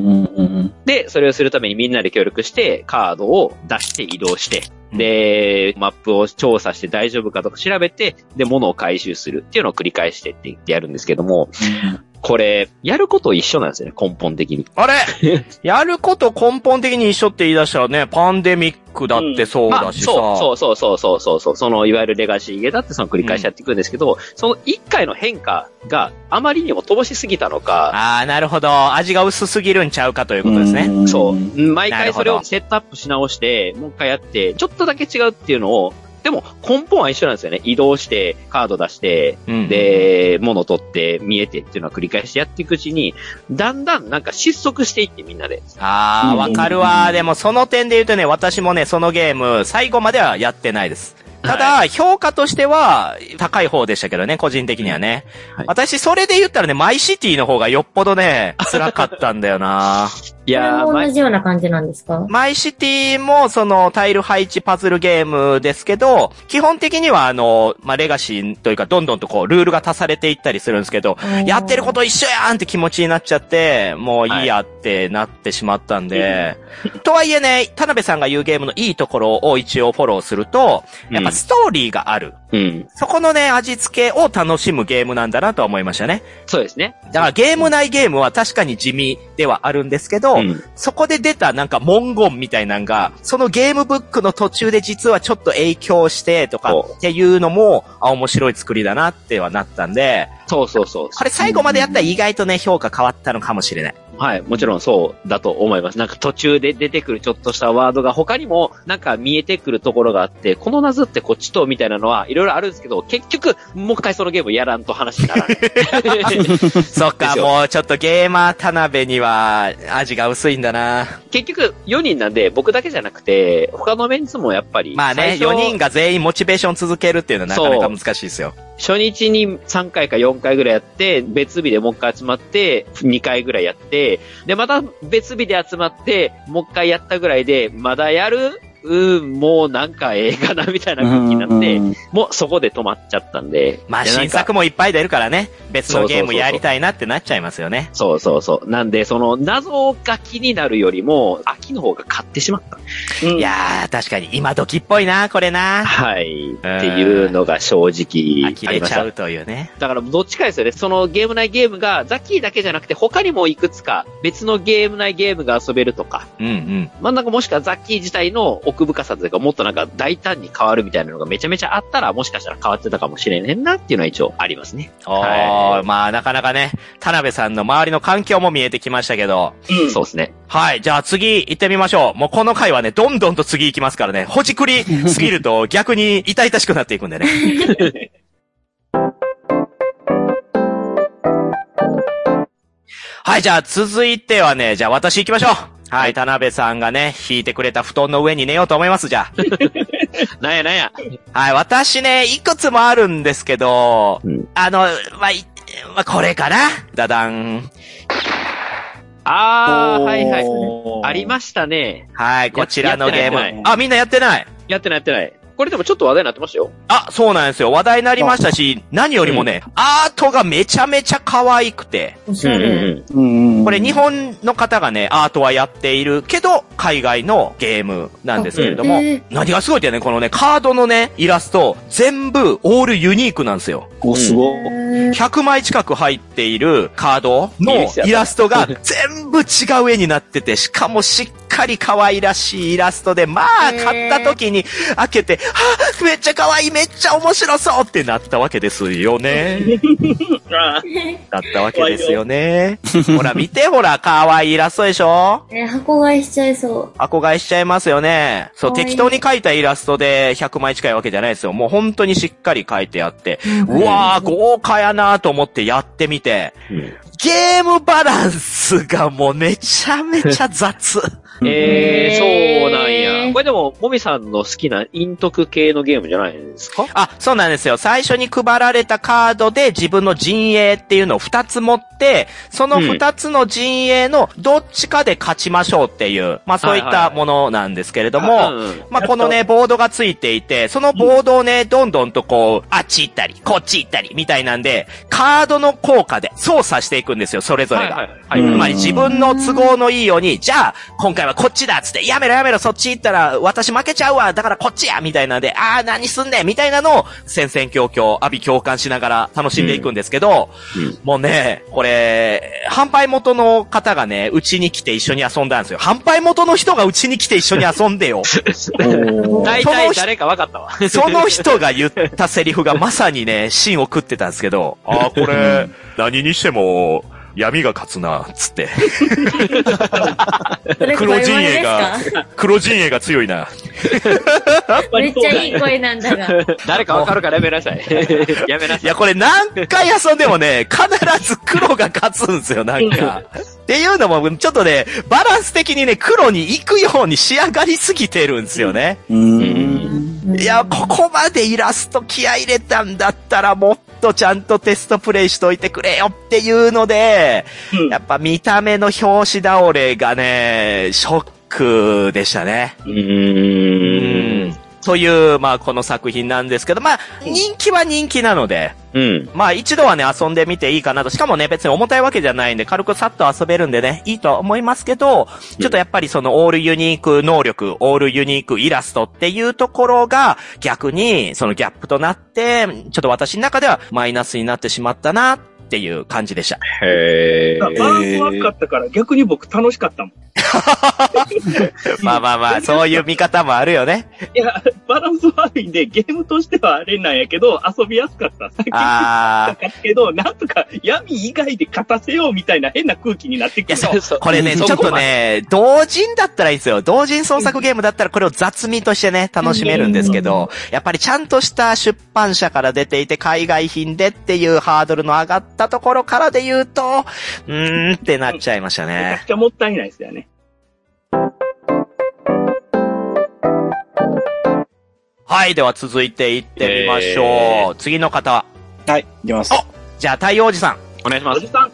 S3: で、それをするためにみんなで協力して、カードを出して移動して、で、マップを調査して大丈夫かとか調べて、で、物を回収するっていうのを繰り返してってやるんですけども、これ、やること一緒なんですよね、根本的に。
S2: あれやること根本的に一緒って言い出したらね、パンデミックだってそう
S3: ま
S2: だ
S3: あ、
S2: しさ。
S3: そうそうそうそうそうそう、その、いわゆるレガシーゲーだってその繰り返しやっていくんですけど、その一回の変化があまりにも乏しすぎたのか、
S2: ああ、なるほど。味が薄すぎるんちゃうかということですね。
S3: そう。毎
S2: なる
S3: 回
S2: ほ
S3: そ
S2: ど
S3: れをセットアップし直して、もう一回やって、ちょっとだけ違うっていうのを、でも根本は一緒なんですよね。移動して、カード出して、
S2: うん、
S3: で、物取って、見えてっていうのは繰り返してやっていくうちに、だんだんなんか失速していってみんなで。
S2: ああ、わかるわ。でもその点で言うとね、私もね、そのゲーム、最後まではやってないです。ただ、評価としては、高い方でしたけどね、個人的にはね。
S3: はい
S2: 私、それで言ったらね、マイシティの方がよっぽどね、辛かったんだよ な。
S3: い
S1: これ
S3: やー、
S1: も
S3: ま
S1: 同じような感じなんですか
S2: マイシティも、その、タイル配置パズルゲームですけど、基本的には、あの、まあ、レガシーというか、どんどんとこう、ルールが足されていったりするんですけど、やってること一緒やんって気持ちになっちゃって、もういいやってなってしまったんで、とはいえね、田辺さんが言うゲームのいいところを一応フォローすると、やっぱストーリーがある。
S3: うん。
S2: そこのね、味付けを楽しむゲームなんだなとは思いましたね。
S3: そうですね。
S2: だからゲーム内ゲームは確かに地味ではあるんですけど、
S3: うん。
S2: そこで出たなんか文言みたいなんが、そのゲームブックの途中で実はちょっと影響してとか
S3: そう
S2: っていうのも、あ、面白い作りだなってはなったんで、
S3: そうそうそう。
S2: これ最後までやったら意外とね、評価変わったのかもしれない。
S3: はい。もちろんそうだと思います。なんか途中で出てくるちょっとしたワードが他にもなんか見えてくるところがあって、この謎ってこっちとみたいなのはいろいろあるんですけど、結局、もう一回そのゲームやらんと話にな らない。
S2: そっか、
S3: ですよ
S2: もうちょっとゲーマー田辺には味が薄いんだな。
S3: 結局、4人なんで僕だけじゃなくて、他のメンツもやっぱり。
S2: まあね、4人
S3: が。
S2: が全員モチベーション続けるっていうのはなかなか難しいですよ。
S3: 初日に3回か4回ぐらいやって、別日でもう一回集まって、2回ぐらいやって、で、また別日で集まって、もう一回やったぐらいで、まだやるうん、もうなんかええかなみたいな空気になって、もうそこで止まっちゃったんで。
S2: まあ
S3: で
S2: 新。
S3: なんか
S2: 作もいっぱい出るからね、別のゲー
S3: そうそうそうそ
S2: ム
S3: う
S2: やりたいなってなっちゃいますよね。
S3: そうそうそう。なんで、その、謎が気になるよりも、秋の方が買ってしまった。
S5: うん
S2: いやー、確かに今時っぽいな、これな。
S3: はい。っていうのが正直
S2: 呆
S3: あ
S2: れ
S3: りまし
S2: ちゃ
S3: た
S2: う。というね。
S3: だから、どっちかですよね。そのゲーム内ゲームが、ザッキーだけじゃなくて、他にもいくつか、別のゲーム内ゲームが遊べるとか、
S2: うんうん。
S3: 真ん中もしくはザッキー自体の大奥深さというか、もっとなんか大胆に変わるみたいなのがめちゃめちゃあったら、もしかしたら変わってたかもしれねえなっていうのは一応ありますね。
S2: おー、まあなかなかね、田辺さんの周りの環境も見えてきましたけど。
S5: うん。
S3: そうですね。
S2: はい、じゃあ次行ってみましょう。もうこの回はね、どんどんと次行きますからね、ほじくりすぎると逆に痛々しくなっていくんでね。はい、じゃあ続いてはね、じゃあ私行きましょう。はい、田辺さんがね、引いてくれた布団の上に寝ようと思います、じゃあ。
S3: なんやなんや。
S2: はい、私ね、いくつもあるんですけど、
S3: うん
S2: あの、まあ、いまあ、これかなダダン。
S3: あー、はいはい。
S6: い
S3: ありましたね。
S2: はい、こちらのゲー
S3: やってないやって
S2: ム
S6: な。い
S2: あ、みんなやってない。
S3: やってないやってない。これでもちょっと話題になってましたよ。
S2: あ、そうなんですよ。話題になりましたし、何よりもね、アートがめちゃめちゃ可愛くて、
S1: おしゃれ。
S3: ん。
S6: す。うんうん
S2: これ日本の方がね、アートはやっているけど、海外のゲームなんですけれども、
S1: えー
S2: 何がすごいってね、このね、カードのね、イラスト、全部オールユニークなんですよ。
S6: お、すごい。
S1: えー
S2: 100枚近く入っているカード
S3: いいで
S2: の
S3: すよ
S2: イラストが全部違う絵になってて、しかもしっかり可愛らしいイラストで、まあ、
S1: へー
S2: 買った時に開けて、はめっちゃ可愛い、めっちゃ面白そうってなったわけですよ ね。
S5: あ
S2: だったわけですよね。ほら、見てほら、可愛いイラストでしょ
S1: えー箱買いしちゃいそう。
S2: 憧れしちゃいますよね。そう、
S1: 可愛い
S2: 適当に描いたイラストで100枚近いわけじゃないですよ。もう本当にしっかり描いてあって、うわー、豪華やなーと思ってやってみて、ゲームバランスがもうめちゃめちゃ雑。
S3: え
S1: へー
S3: ー、そうなんや。これでも、もみさんの好きな陰徳系のゲームじゃないですか
S2: あ、そうなんですよ。最初に配られたカードで自分の陣営っていうのを2つ持って、その2つの陣営のどっちかで勝ちましょうっていう、まあそういっ
S3: はいはい
S2: た
S3: はい
S2: ものなんですけれども、
S3: うん
S2: まあ、このね、ボードがついていて、そのボードをね、どんどんとこう、あっち行ったり、こっち行ったり、みたいなんで、カードの効果で操作していくんですよ、それぞれが。
S3: は
S2: は
S3: いはいい
S6: うん
S2: つまり自分の都合のいいように、じゃあ、今回はこっちだっつって、やめろやめろ、そっち行ったら、私負けちゃうわ、だからこっちやみたいなんで、あー、何すんねんみたいなのを、戦々恐々、阿鼻共感しながら楽しんでいくんですけど、
S3: うんうん
S2: もうね、これ、販売元の方がね、うちに来て一緒に遊んだんですよ。販売元の人がうちに来て一緒に遊んでよ。
S6: おー
S3: 大体誰か分かった わ。
S2: その人が言ったセリフがまさにね、芯を食ってたんですけど、ああ、これ、何にしても、闇が勝つな、つって。
S1: それ
S2: 黒陣営
S1: 声真
S2: が
S1: 似ですか
S2: 黒陣営が強いな。
S1: めっちゃいい声なんだが。
S3: 誰か分かるからやめなさい。 やめないさい。
S2: や、これ何回遊んでもね、必ず黒が勝つんですよ、なんか。っていうのも、ちょっとね、バランス的にね、黒に行くように仕上がりすぎてるんですよね。
S6: うん。
S2: いや、ここまでイラスト気合い入れたんだったら、もっとちゃんとテストプレイしといてくれよっていうので、
S5: うん
S2: やっぱ見た目の表紙倒れがね、ショックでしたね。
S3: う
S2: う
S3: ーん。。
S2: という、まあ、この作品なんですけど、まあ、人気は人気なので、
S3: うん。
S2: まあ、一度はね、遊んでみていいかなと。しかもね、別に重たいわけじゃないんで、軽くさっと遊べるんでね、いいとは思いますけど、ちょっとやっぱりそのオールユニーク能力、オールユニークイラストっていうところが、逆に、そのギャップとなって、ちょっと私の中ではマイナスになってしまったな、っていう感じでした。
S3: へ
S5: バランス悪かったから逆に僕楽しかったもん。い
S2: まあまあまあ、そういう見方もあるよね。
S5: や、バランス悪いんでゲームとしてはあれなんやけど、遊びやすかった。最近
S2: あー。
S5: だけど、なんとか闇以外で勝たせようみたいな変な空気になってく
S2: いや、
S5: る。
S2: そう。
S3: そう
S2: これね、ち
S3: そ
S2: ょ
S3: こ
S2: っと
S3: ま
S2: ね、同人だったらいいですよ。同人創作ゲームだったらこれを雑味としてね、楽しめるんですけど、やっぱりちゃんとした出版社から出ていて、海外品でっていうハードルの上がったところからで言うと、うーんってなっちゃいました
S5: めちゃ
S2: ね
S5: く。ちゃもったいないですよね。
S2: はい、では続いていってみましょう。
S3: え
S2: 次の方。
S6: はい、いきます。
S2: じゃあ、太陽おじさん。
S3: お願いしま
S5: お
S3: す
S5: じ。さん、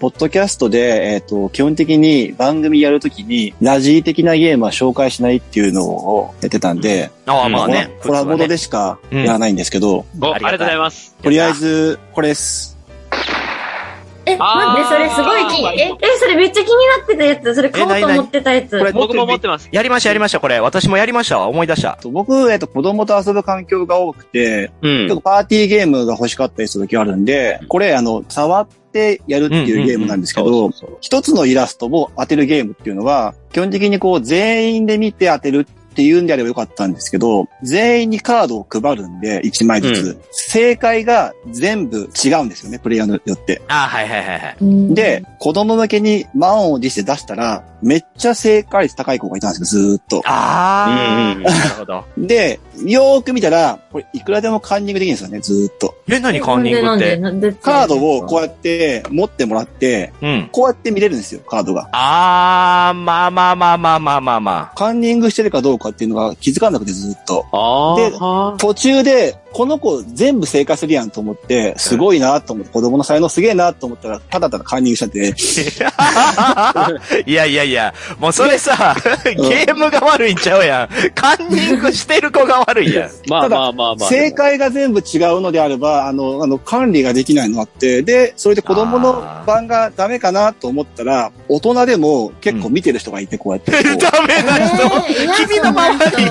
S6: ポッドキャストで、えっ、と、基本的に番組やるときに、ラジー的なゲームは紹介しないっていうのをやってたんで、
S2: ああ、
S3: うん
S2: まあね。
S6: コラコラボー
S2: 普
S6: ド
S2: 通はね
S6: でしかやらないんですけど、
S3: お
S2: あり
S3: あり
S2: が
S3: が
S2: たい
S3: とうございます。
S6: とりあえず、これです。
S1: え、
S3: あ
S1: 待
S3: ー
S1: って、それすごい気に、え、え、それめっちゃ気になってたやつ。それ買おうと思ってたやつ。
S6: これ
S3: 僕も持ってます。
S2: やりました、やりました、これ。私もやりましたわ。思い出した。
S6: 僕、えっ、と、子供と遊ぶ環境が多くて、
S3: う
S6: 結
S3: ん
S6: 構。パーティーゲームが欲しかったりする時あるんで、これ、あの、触ってやるっていうゲームなんですけ
S3: うんうんう
S6: ど、一つのイラストを当てるゲームっていうのは、基本的にこう、全員で見て当てるって言うんであればよかったんですけど、全員にカードを配るんで、1枚ずつ。
S3: う
S6: 正解が全部違うんですよね、プレイヤーによって。
S2: あーはいはいはいはい。
S1: うん
S6: で、、子供向けに満を持して出したら、めっちゃ正解率高い子がいたんですよ、ずーっと。
S2: ああ、
S3: うんうん
S2: なるほど。
S6: で、よーく見たら、これいくらでもカンニングできるんですよね、ずーっと。
S2: え、何カンニング
S1: な
S2: っ
S1: んで
S2: て。
S1: なんでなんで
S6: カードをこうやって持ってもらって、
S2: うん。
S6: こうやって見れるんですよ、カードが。
S2: ああ、まあまあまあまあまあまあま
S6: カンニングしてるかどうかっていうのが気づかなくてずーっと。
S3: あ
S6: で
S3: あ。
S6: 途中で、この子全部正解するやんと思って、すごいなと思って、子供の才能すげえなと思ったら、ただただカンニングしちゃって、
S2: あ。いやいやいや、もうそれさ、ゲームが悪いんちゃうやん。カンニングしてる子が悪いやん。
S3: まあ
S6: ただ
S3: まあまあまあ。
S6: 正解が全部違うのであれば、あの、あの、管理ができないのあって、で、それで子供の番がダメかなと思ったら、大人でも結構見てる人がいて、こう やってこう。
S2: ダメな
S1: え
S2: 人。
S1: ー嫌
S2: 君の周りに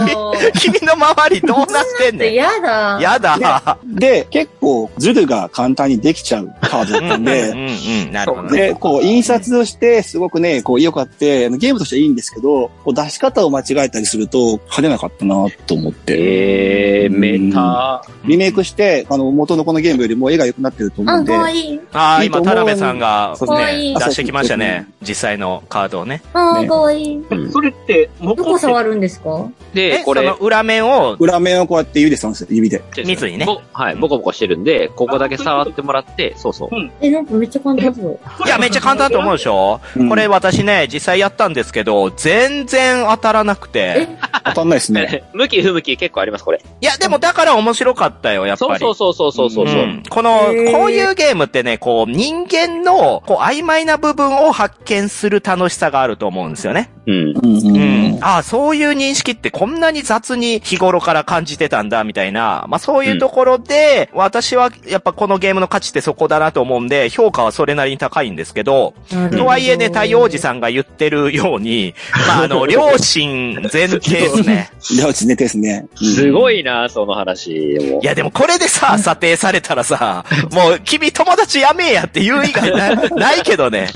S2: 君の周りどうなってんねん。
S1: 嫌だ。
S2: やだ。
S6: で、結構、ズルが簡単にできちゃうカードだったん
S2: う
S6: で、
S2: んうん、なるほどね。
S6: で、こう、印刷をして、すごくね、こう、良かって、あのゲームとしてはいいんですけど、こう出し方を間違えたりすると、跳ねなかったなと思って、
S3: えー、メタ。
S6: リメイクして、あの、元のこのゲームよりも絵が良くなってると思う
S1: あ、
S6: んで
S1: か、わいい。
S2: ああ、
S6: いいと
S2: 今、
S6: 思う
S2: 田辺さんが、
S6: そう
S1: ですね
S2: ね、出してきましたね。実際のカードをね。
S1: あ
S6: ね
S1: ー、かわいい。
S5: それって、残
S1: ど
S5: っ
S1: こ
S5: て
S1: 触るんですか
S3: で、
S2: え、
S3: こ
S2: これ、
S3: れ
S2: の、裏面を、
S6: 裏面をこうやって指で触るんですよ、指で。
S2: 密にね
S3: ぼはい、ボコボコしてるんで、ここだけ触ってもらって、そうそう。
S1: え、なんかめっちゃ簡単そう。
S2: いや、めっちゃ簡単だと思うでしょ
S6: うん
S2: これ、私ね、実際やったんですけど、全然当たらなくて。
S6: 当たんないですね。
S3: 向き不向き結構あります、これ。
S2: いや、でもだから面白かったよ、やっ
S3: そ
S2: ぱ
S3: う
S2: り。
S3: そうそうそうそうそう。
S2: うんこの、
S1: へー
S2: こういうゲームってね、こう、人間の、こう、曖昧な部分を発見する楽しさがあると思うんですよね。
S3: うん。
S6: うんうん
S2: うん。ああ、そういう認識ってこんなに雑に日頃から感じてたんだ、みたいな。まあそういうところで、私はやっぱこのゲームの価値ってそこだなと思うんで、評価はそれなりに高いんですけど、とはいえね、太陽王子さんが言ってるように、まああ の、両親前提ですね。
S6: でうち寝てですね。
S3: すごいな、その話。も
S2: いやでもこれでさ、査定されたらさ、もう君友達やめえやって言う以外 なないけどね。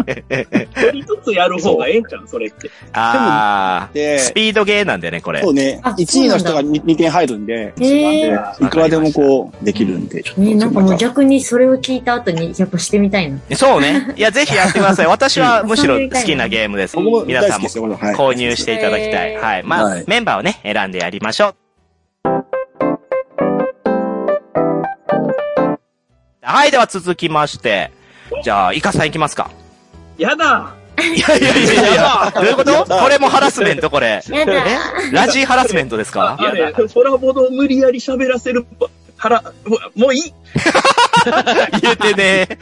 S5: 一人ずつやる方がええんちゃうそれって。
S2: ああ、
S6: で
S2: スピードゲーなんでね、これ
S6: そ。うね。
S1: あ
S6: 1位の人が
S1: そう
S6: 2, 点入るんで、
S1: へー
S6: なんでいくらでもこう、できるんで、ちょっと。
S1: ね、なんかもう
S6: ちょっ
S1: 逆にそれを聞いた後に、やっぱしてみたいな。
S2: そうね。いや、ぜひやってください。私はむしろ好きなゲームです。
S6: と僕も
S2: 皆
S6: 大
S2: さ
S6: 好
S2: んも
S6: きですよ、これ。はい。
S2: 購入していただきたい。
S1: えー
S2: はい。ま
S6: は
S2: あ
S6: い、
S2: メンバーをね、選んでやりましょう。はい、では続きまして。じゃあ、イカさんいきますか。
S5: やだ
S2: いやいやいやいや、どういうことこれもハラスメント、これ。
S1: やだ。
S2: えラジーハラスメントですか
S5: あれ、コラボの無理やり喋らせる腹、もういい
S2: 言えて ね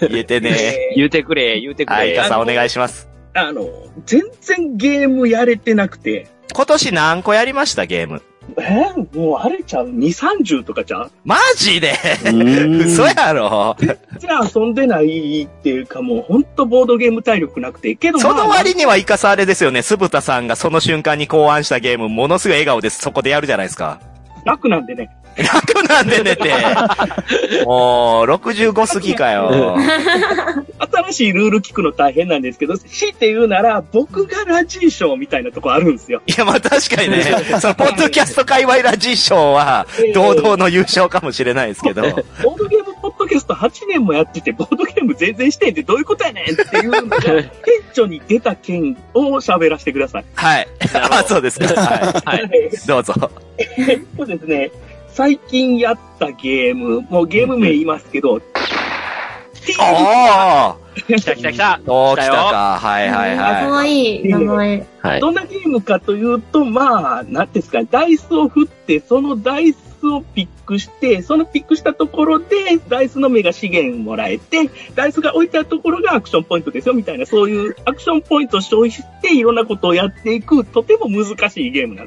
S2: え。言えてね
S5: えー
S3: 言うてくれ、言うて
S2: え。
S3: く
S2: はい、イ
S3: れ
S2: カ。さんお願いします。
S5: あの、全然ゲームやれてなくて、
S2: 今年何個やりました、ゲーム。
S5: えーもうあれちゃう ?2、30とかちゃう
S2: マジで
S6: うん
S2: 嘘やろ
S5: じゃあ遊んでないっていうかもうほんとボードゲーム体力なくて、けどま
S2: そ
S5: あ
S2: の割にはイカさあれですよね。酢豚さんがその瞬間に考案したゲーム、ものすごい笑顔です。そこでやるじゃないですか。
S5: 楽なんでね。
S2: 楽なんでねって。 もう、65過ぎかよ。
S5: 新しいルール聞くの大変なんですけど、強いて言うなら、僕がラジーショーみたいなとこあるんですよ。
S2: いや、まあ確かにね、その、ポッドキャスト界隈ラジー賞は、堂々の優勝かもしれないですけ ど。
S5: ボードゲームポッドキャスト8年もやってて、ボードゲーム全然してんってどういうことやねんってい うのが、顕著に出た件を喋らせてください。
S2: はい。あ、 そうですか。は
S3: はい。
S2: い。どうぞ。
S5: そうですね。最近やったゲーム、もうゲーム名言いますけ
S2: お
S5: ど、
S2: ー
S3: 来た来た来た。
S2: おー、来
S3: 来
S2: た
S3: たよ
S2: か。はいはい
S1: か
S2: は
S1: わいい名前。
S3: はい。
S5: どんなゲームかというと、まあ、なんていうんですか、ダイスを振って、そのダイスをピックして、そのピックしたところで、ダイスの目が資源もらえて、ダイスが置いてあるところがアクションポイントですよ、みたいな、そういうアクションポイントを消費して、いろんなことをやっていく、とても難しいゲームなん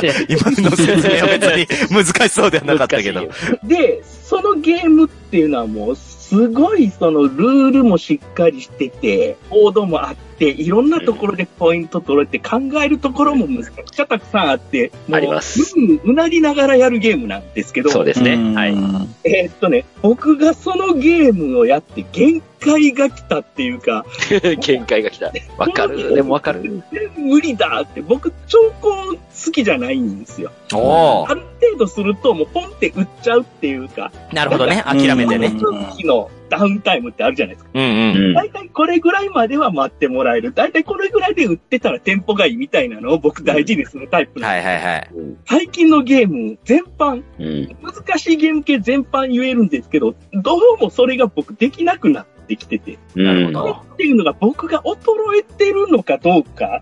S5: ですよ。
S2: い。今の説明は別に難しそうではなかったけど。
S3: 難しいよ
S5: で、そのゲームっていうのはもう、すごいそのルールもしっかりしてて、コードもあって、いろんなところでポイント取れて、考えるところもむちゃくちゃたくさんあって、もう
S3: あります
S5: うん、うなりながらやるゲームなんですけど、
S3: そうですね。はい。
S5: えーっとね、僕がそのゲームをやって限界が来たっていうか、
S3: 限界が来た。わかる。でもわかる。
S5: 無理だって、僕、兆候好きじゃないんですよ。
S2: お
S5: ある程度すると、もうポンって売っちゃうっていうか、
S2: ーなるほどね。諦めて
S5: この
S2: ね。
S5: 時のダウンタイムってあるじゃないですか。
S2: うん
S3: う
S2: うん。
S3: ん。
S5: 大体これぐらいまでは待ってもらえる。大体これぐらいで売ってたらテンポがいいみたいなのを僕大事にするタイプなんで
S2: はいはいはい。
S5: す。最近のゲーム全般、
S3: うん。
S5: 難しいゲーム系全般言えるんですけど、どうもそれが僕できなくなってきてて。
S3: なるほ
S5: これ
S3: ど。
S5: っていうのが僕が衰えてるのかど うか。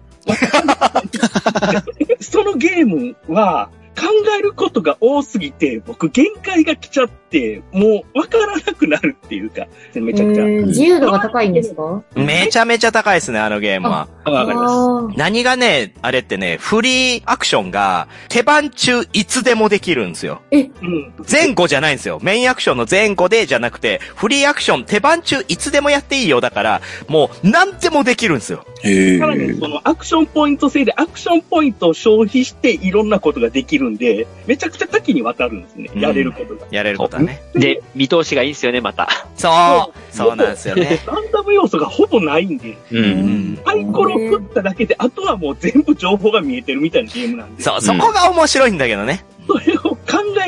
S5: そのゲームは考えることが多すぎて、僕限界が来ちゃって、もうわからなくなるっていうか、めちゃくちゃ。
S1: えー自由度が高いんですか
S2: めちゃめちゃ高いですね、あのゲームは。
S5: わかりま
S1: あ
S5: す。
S1: ー
S2: 何がね、あれってね、フリーアクションが手番中いつでもできるんですよ。
S5: うん。
S2: 前後じゃないんですよ。メインアクションの前後でじゃなくて、フリーアクション手番中いつでもやっていいよだから、もう何でもできるんですよ。
S6: へえ
S5: さらに、そのアクションポイント制で、アクションポイントを消費していろんなことができるんで、めちゃくちゃ多岐にわたるんですね。
S2: うん
S5: やれることが。
S2: やれることはね。
S3: で、見通しがいいんですよね、また。
S2: そうそうなんですよね。
S5: ランダム要素がほぼないんで、
S3: う。
S2: うんん。
S5: サイコロ振っただけで、あとはもう全部情報が見えてるみたいなゲームなんで、
S2: そう、そこが面白いんだけどね。
S5: それを考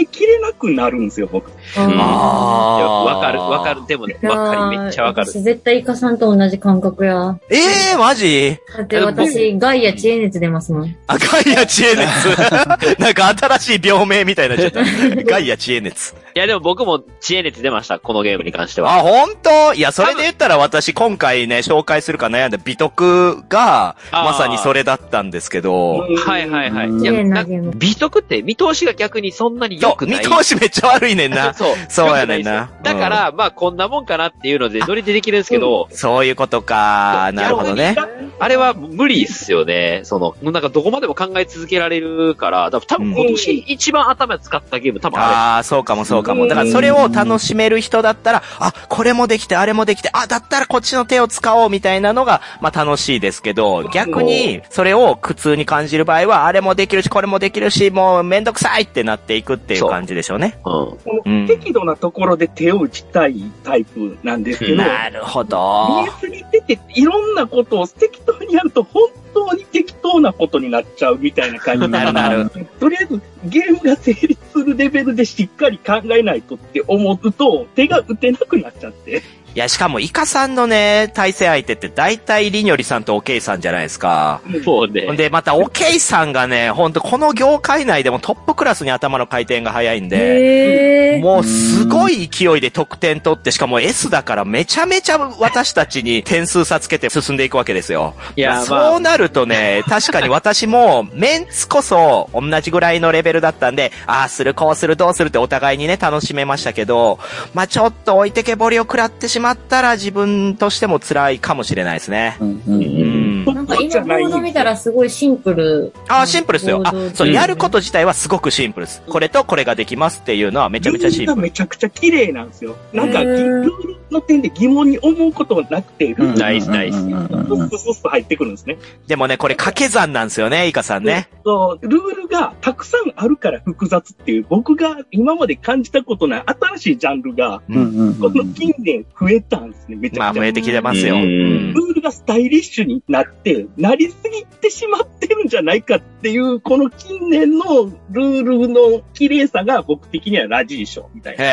S5: えきれなくなるんですよ、僕。
S1: あ
S3: いや
S2: あ
S3: わかる、わかる。。でもね、
S1: ー。
S3: わかる、めっちゃわかる。
S1: 私絶対イカさんと同じ感覚や。
S2: ええー、マジ
S1: だって私、ガイア知恵熱出ますもん。
S2: あ、ガイア知恵 熱。なんか新しい病名みたいになっちゃった。ガイア知恵熱。
S3: いや、でも僕も知恵熱出ました、このゲームに関しては。
S2: あ、本当いや、それで言ったら私今回ね、紹介するか悩んだ美徳が、
S3: あー
S2: まさにそれだったんですけど、
S3: はいはいはい。
S6: うん
S3: い
S1: 綺
S3: や
S1: 麗
S3: な
S1: なゲーム。
S3: 美徳って見通しが逆にそんなに良
S2: よ
S3: く
S2: 見
S3: ない。。
S2: 通しめっちゃ悪いねんな
S3: そう。
S2: そうやねんな
S3: だから、まあこんなもんかなっていうので、ノリでできるんですけど、
S2: そういうことか。なるほどね。
S3: あれは無理っすよね。その、なんかどこまでも考え続けられるから、だ多分今年一番頭使ったゲーム、多分あ
S2: ああ、そうかもそうかも。だからそれを楽しめる人だったら、あ、これもできて、あれもできて、あ、だったらこっちの手を使おうみたいなのが、まあ楽しいですけど、逆に、それを苦痛に感じる場合は、あれもできるし、これもできるし、もうめんどくさいってなっていくっていう感じでしょうね。
S3: れ。うん。
S5: こ
S2: うん
S5: の適度なところで手を打ちたいタイプなんですけど、
S2: なるほど。
S5: BS に出ていろんなことを適当にやると本当に適当なことになっちゃうみたいな感じ
S2: なるなる。
S5: とりあえずゲームが成立するレベルでしっかり考えないとって思うと手が打てなくなっちゃって。
S2: いや、しかも、イカさんのね、対戦相手って大体リニョリさんとオケイさんじゃないですか。
S3: そ
S2: ほ
S3: う
S2: ん
S3: ね。
S2: で、また、オケイさんがね、ほんと、この業界内でもトップクラスに頭の回転が早いんで、
S1: へー。
S2: もうすごい勢いで得点取って、しかも S だからめちゃめちゃ私たちに点数差つけて進んでいくわけですよ。
S3: いや、ま
S2: そう
S3: あ、
S2: なるとね、 確かに私もメンツこそ同じぐらいのレベルだったんで、ああする、こうする、どうするってお互いにね、楽しめましたけど、まあちょっと置いてけぼりを食らってしまったら自分としても辛いかもしれないですね。
S6: うんうん
S2: う
S3: うん
S2: ん。
S1: なんか今、ボード見たらすごいシンプル。
S2: ああ、シンプルですよ。あ、そう、
S3: うん
S2: やること自体はすごくシンプルです。これとこれができますっていうのはめちゃめちゃシンプ
S5: ルールが
S2: ル。
S5: めちゃくちゃ綺麗なんですよ。なんか、
S1: へー
S5: ルールの点で疑問に思うことなくて、ルール
S3: ナイスナイス
S6: うんうんうんうん
S5: がスッスッ入ってくるんですね。
S2: でもね、これ掛け算なんですよね、イカさんね。
S5: そう、ルールがたくさんあるから複雑っていう、僕が今まで感じたことない新しいジャンルが、
S2: う
S6: うんうん
S5: この近年増えたんですね、めち
S2: ま
S5: ゃ
S2: あ、
S5: くち
S2: 増
S5: ゃ。
S2: えてきてますよ。
S3: うん
S2: うん
S5: ルールがスタイリッシュになって、なりすぎてしまってるんじゃないかっていう、この近年のルールの綺麗さが僕的にはラジーショーみたいな。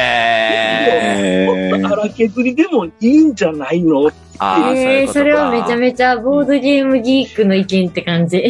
S2: へー。
S5: もっと荒削りでもいいんじゃないの
S2: ああ、そうい
S1: え
S2: う
S1: ー、
S2: ことか。
S1: それはめちゃめちゃボードゲームギークの意見って感じ。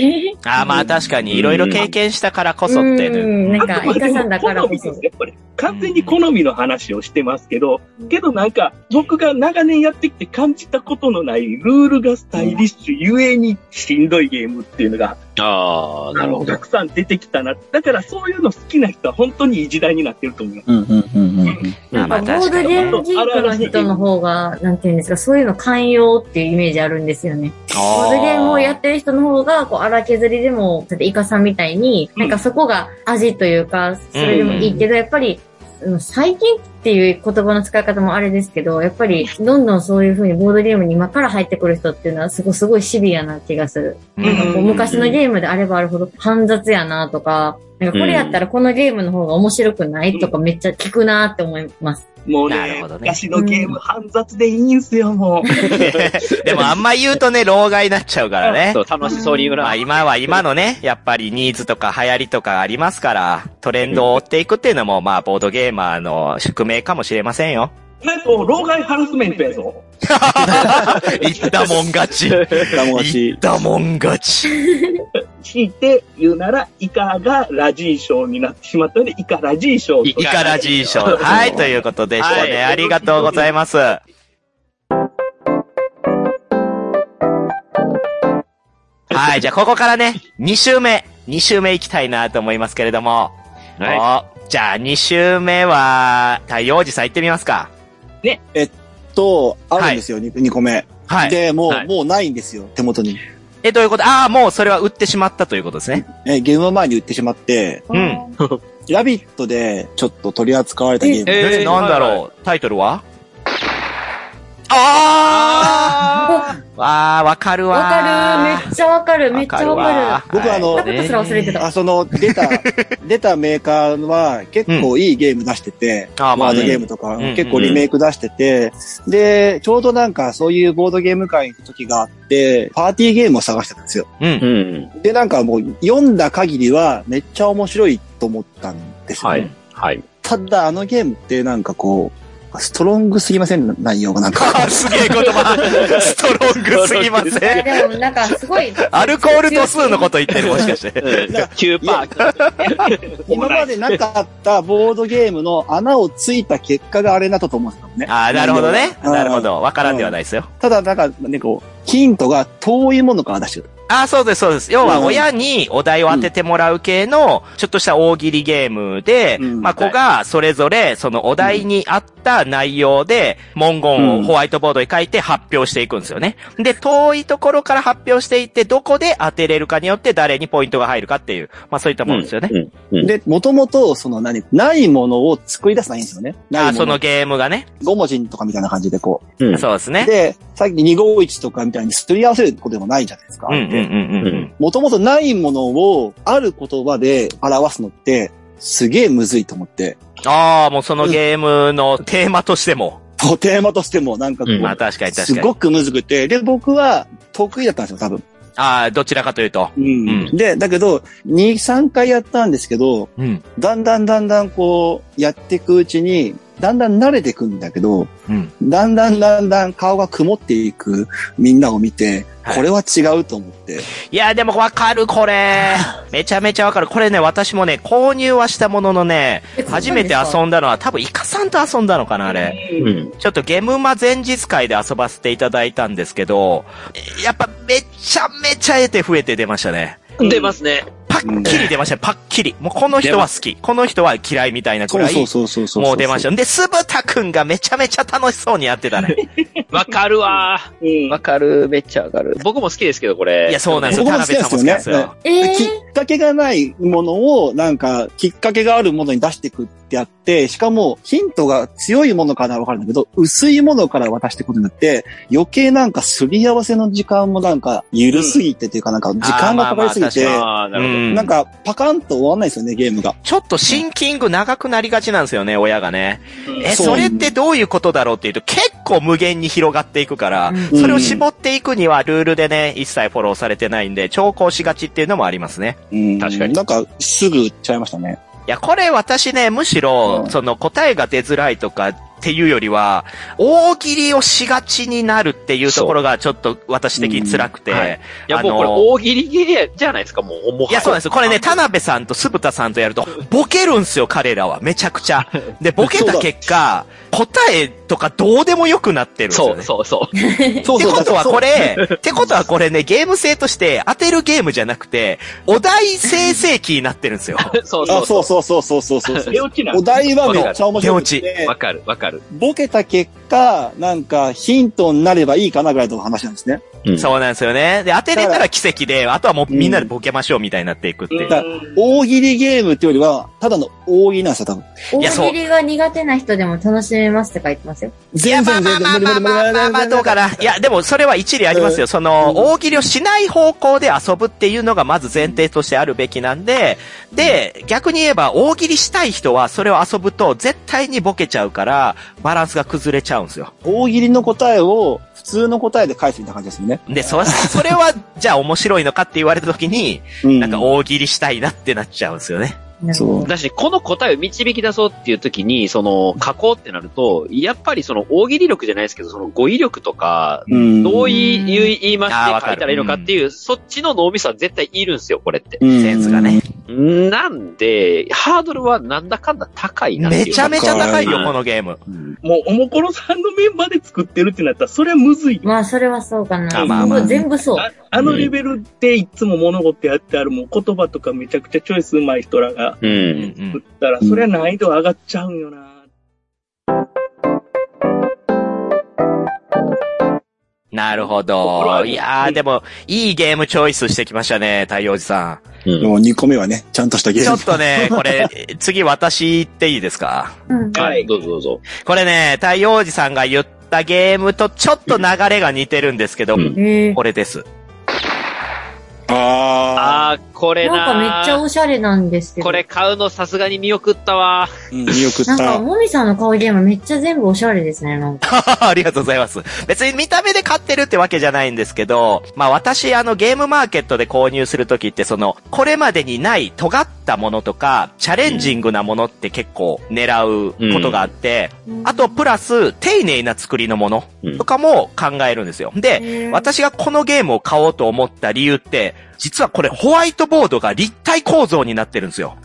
S2: ああ、まあ確かに、いろいろ経験したからこそって
S1: う
S2: ね。
S1: ん、なん
S5: あ
S1: か、
S5: くま
S1: イ
S5: で
S1: カ
S5: も
S1: さんだから
S5: 好
S1: こ
S5: みで
S1: そ。
S5: す、やっぱり。完全に好みの話をしてますけど、けどなんか、僕が長年やってきて感じたことのないルールがスタイリッシュゆえにしんどいゲームっていうのが、
S3: ああ、なるほど。
S5: たくさん出てきたな。だからそういうの好きな人は本当にいい時代になってると思います。
S6: うんうんうんうんうん
S2: まあまあ
S1: ボ
S2: 確
S1: ー
S2: か
S1: ド
S2: に
S1: ゲ
S2: ね。
S1: ームギークの人の方が、なんていうんですか、そういうの寛容っていうイメージあるんですよね。ボードゲームをやってる人の方が、こう、荒削りでも、だってイカさんみたいに、なんかそこが味というか、それでもいいけど、やっぱり、うん最近っていう言葉の使い方もあれですけど、やっぱりどんどんそういう風にボードゲームに今から入ってくる人っていうのはすごいすごいシビアな気がする。
S2: う
S1: なんかこうん昔のゲームであればあるほど煩雑やなとか、なんかこれやったらこのゲームの方が面白くないとかめっちゃ聞くなって思います。
S5: もう
S2: なる
S5: ね
S2: ほどね
S5: 昔のゲーム、煩雑でいいんすよ、もう。
S2: でもあんま言うとね、老害になっちゃうからね
S3: そ。う楽しそうに言う
S2: まあ
S3: な。
S2: 今は今のね、やっぱりニーズとか流行りとかありますから、トレンドを追っていくっていうのも、まあ、ボードゲーマーの宿命かもしれません よ。
S5: なんか、老害ハラスメントやぞ。
S2: 言ったもん勝ち。
S6: だも
S2: 言
S6: し
S2: っ、たもん勝ち。
S5: 強いて言うなら、イカがラジー賞になってしまったので、イカラジー賞と。
S3: イ
S2: イカラ G 賞。はい、ということでしたね。
S3: はい
S2: ありがとうございます。はい、じゃあここからね、2週目、2週目行きたいなと思いますけれども。
S3: は
S2: おじゃあ2週目は、太陽寺さん行ってみますか。
S6: と、あるんですよ、二 2, 個目。
S2: はい。
S6: で、もう、
S3: はい
S6: もうないんですよ、手元に。
S2: え、どういうことああ、もうそれは売ってしまったということですね。
S6: え、ゲームの前に売ってしまって、
S2: うん。
S6: ラビットでちょっと取り扱われたゲーム。
S2: え
S3: えー
S2: なんだ
S3: はい
S2: ろう。タイトルはあーあー、わかるわ
S1: わ
S2: ー。
S1: かるめっちゃわかるめっちゃわかる
S2: る
S6: 僕あの
S1: そんなことすら忘れてた。
S6: あ、その、出た、出たメーカーは結構いいゲーム出してて、
S2: あーま
S6: ワ
S2: あ
S6: ード
S2: ね
S6: ゲームとか
S2: ん、
S6: 結構リメイク出してて、で、ちょうどなんかそういうボードゲーム会の時があって、パーティーゲームを探してたんですよ。
S2: うん。
S3: ん。
S6: で、なんかもう読んだ限りはめっちゃ面白いと思ったんですよ、
S3: はい。はい。
S6: ただあのゲームってなんかこう、ストロングすぎません内容がな んか。
S2: あーすげえ言葉。ストロングすぎません。
S1: でもなんかすごい。
S2: アルコール度数のこと言ってる、もしかして。
S3: 9%パー。
S6: 今までなかったボードゲームの穴をついた結果があれだったと思うんですよね。
S2: ああ、なるほどね。
S6: うん
S2: なるほど。わからんではないですよ。
S6: ただなんかね、こう、ヒントが遠いものから出してる。
S2: ああ、そうです、そうです。要は、親にお題を当ててもらう系の、ちょっとした大喜利ゲームで、
S6: うん
S2: まあ、子が、それぞれ、そのお題に合った内容で、文言をホワイトボードに書いて発表していくんですよね。で、遠いところから発表していって、どこで当てれるかによって、誰にポイントが入るかっていう、まあ、そういったものですよね。
S3: うん。うん
S6: で、もともと、その何、ないものを作り出すのはいいんですよね。
S2: あ
S6: な
S2: あ、
S6: い
S2: そ
S6: も
S2: の
S6: の。
S2: ゲームがね。
S6: 5文字とかみたいな感じでこう。
S3: うん
S2: そうですね。
S6: で、さっき251とかみたいにすり合わせることでもないじゃないですか。
S2: うんうんうんうん。
S6: もともとないものをある言葉で表すのって、すげえむずいと思って。
S2: ああ、もうそのゲームのテーマとしても。
S6: とテーマとしても、なんかこう、
S3: うん
S2: まあ確かに
S6: す
S2: 確かに。
S6: ごくむずくて。で、僕は得意だったんですよ、多分。
S2: ああ、どちらかというと。
S6: うん
S2: うん
S6: で、だけど、2、3回やったんですけど、
S2: うん。
S6: だんだんだんだんこう、やっていくうちに、だんだん慣れていくんだけど、
S2: うん。
S6: だんだんだんだん顔が曇っていくみんなを見て、
S2: はい
S6: これは違うと思って。
S2: いや、でもわかる、こ れ。めちゃめちゃわかる。これね、私もね、購入はしたもののね、初めて遊んだのは、多分イカさんと遊んだのかな、あれ。
S3: うん。
S2: ちょっとゲムマ前日会で遊ばせていただいたんですけど、やっぱめちゃめちゃ得て増えて出ましたね。
S3: 出ますね。
S2: パッキリ出ましたね、パッキリ。もうこの人は好き。この人は嫌いみたいなく
S6: そう
S2: らい。
S6: そうそうそうそう。
S2: もう出ました。んで、すぶたくんがめちゃめちゃ楽しそうにやってたね。
S3: わかるわー。
S5: うん。
S3: わかる。めっちゃわかる。僕も好きですけど、これ。
S2: いや、そうなんですよ。
S6: 僕
S2: 田
S6: も好き
S2: 辺
S6: で
S2: さんも好
S6: す
S2: き
S6: よ
S2: なん
S6: ね
S2: です
S1: え
S2: よ。
S6: で
S1: ー
S6: きっかけがないものを、なんか、きっかけがあるものに出していくってやって、しかも、ヒントが強いものからわかるんだけど、薄いものから渡していくことになって、余計なんかすり合わせの時間もなんか、ゆるすぎてというか、なんか、時間がかかりすぎて、
S3: ああ、なるほど。
S2: うん
S6: なんか、パカンと終わんないですよね、ゲームが。
S2: ちょっとシンキング長くなりがちなんですよね、親がね。え、
S6: そ
S2: そうれってどういうことだろうっていうと結構無限に広がっていくから、
S1: うん
S2: それを絞っていくにはルールでね、一切フォローされてないんで、調校しがちっていうのもありますね。
S6: うん。
S3: 確かに
S6: なんか、すぐ売っちゃいましたね。
S2: いや、これ私ね、むしろ
S6: う、ん
S2: その答えが出づらいとかっていうよりは、大喜利をしがちになるっていうところがちょっと私的に辛くて、
S3: うんはいいや、
S2: あの
S3: もうこれ大喜利ゲーじゃないですか、もう。もはい
S2: や、そうなんです。これね、田辺さんとぶたさんとやると、ボケるんすよ、彼らは。めちゃくち ゃ。で、ボケた結果、答えとかどうでもよくなってるんです
S3: そ
S2: よ
S3: う
S2: ね。
S3: そうそう。
S6: そ
S2: ってことは
S6: そう
S2: これ、ってことはこれね、ゲーム性として当てるゲームじゃなくて、お題生成期になってるんですよ。
S3: そうそ
S6: あ
S3: うそ
S6: そうそうそうそうそうそう。
S5: 出落ちな
S6: お題はめっちゃ面白く
S2: 出
S6: て
S3: う。わ、かる、わかる。
S6: ボケた結か、なんかヒントになればいいかなぐらいの話なんですね。
S3: うん
S2: そうなんですよね。で、当てれたら奇跡で、あとはもうみんなでボケましょうみたいになっていくっていう。
S6: だ大喜利ゲームっていうよりは、ただの大喜利なんですよ、多分。
S2: いや
S1: 大
S2: そう
S1: 喜利が苦手な人でも楽しめますって書いてますよ。
S2: いや、
S6: 全
S2: まあ
S6: 然
S2: まあ
S6: 全然、
S2: まあまあまあまあまあ、どうかな。いや、でもそれは一理ありますよ。その、
S6: うん
S2: 大喜利をしない方向で遊ぶっていうのがまず前提としてあるべきなんで、で、逆に言えば大喜利したい人はそれを遊ぶと絶対にボケちゃうから、バランスが崩れちゃうんですよ。
S6: 大喜利の答えを普通の答えで返すみたいな感じですよね。
S2: で、そ、それは、じゃあ面白いのかって言われた時に、
S6: うん
S2: なんか大喜利したいなってなっちゃうんですよね。
S6: そう。
S3: だし、この答えを導き出そうっていう時に、その、加工ってなると、やっぱりその、大喜利力じゃないですけど、その、語彙力とか、
S6: うん
S3: どういう
S1: うん
S3: 言い言い回し
S2: あーわか
S3: て
S2: る
S3: 書いたらいいのかっていう、そっちの脳みそは絶対いるんですよ、これって。
S6: うん
S2: センスがね。
S3: なんで、ハードルはなんだかんだ高いなっていう。
S2: めちゃめちゃ高いよ、
S3: うん
S2: このゲーム。
S5: もう、おもころさんのメンバーで作ってるってなったら、それはむずいよ。
S1: まあ、それはそうかな。
S2: あまあまあ
S1: もう全部そう。
S5: ああのレベルでいつも物事やってある、もう言葉とかめちゃくちゃチョイスうまい人らが
S3: う。
S2: うんん
S5: 作ったら、それは難易度上がっちゃうんよな。
S2: なるほ
S5: 心あ
S2: ど。
S5: る
S2: いや
S5: う
S2: ー、
S5: ん
S2: でも、いいゲームチョイスしてきましたね、太陽寺さ
S3: うん
S6: もう2個目はね、ちゃんとした
S2: ん。
S6: ゲ
S2: ちょ
S6: ー
S2: っとね、これ、次私言っていいですか
S1: うん。
S3: はい、どうぞどうぞ。
S2: これね、太陽寺さんが言ったゲームとちょっと流れが似てるんですけど
S3: う、ん
S1: えー
S2: これです。
S6: ム。ああ。
S3: あー、これ
S1: なんかめっ
S3: な
S1: ちゃ
S3: ー
S1: おしゃれなんですけど。
S3: これ。買うのさすがに見送ったわ。
S6: うん見送っ
S1: なんか、
S6: た。
S1: もみさんの顔ゲームめっちゃ全部おしゃれですね、なんか。
S2: ありがとうございます。別に見た目で買ってるってわけじゃないんですけど、まあ私、あのゲームマーケットで購入するときって、その、これまでにない尖ったものとか、チャレンジングなものって結構狙うことがあって、あと、プラス、丁寧な作りのもの
S3: うん
S2: とかも考えるんですよ。で、
S1: へー、
S2: 私がこのゲームを買おうと思った理由って、実はこれホワイトボードが立体構造になってるんですよ。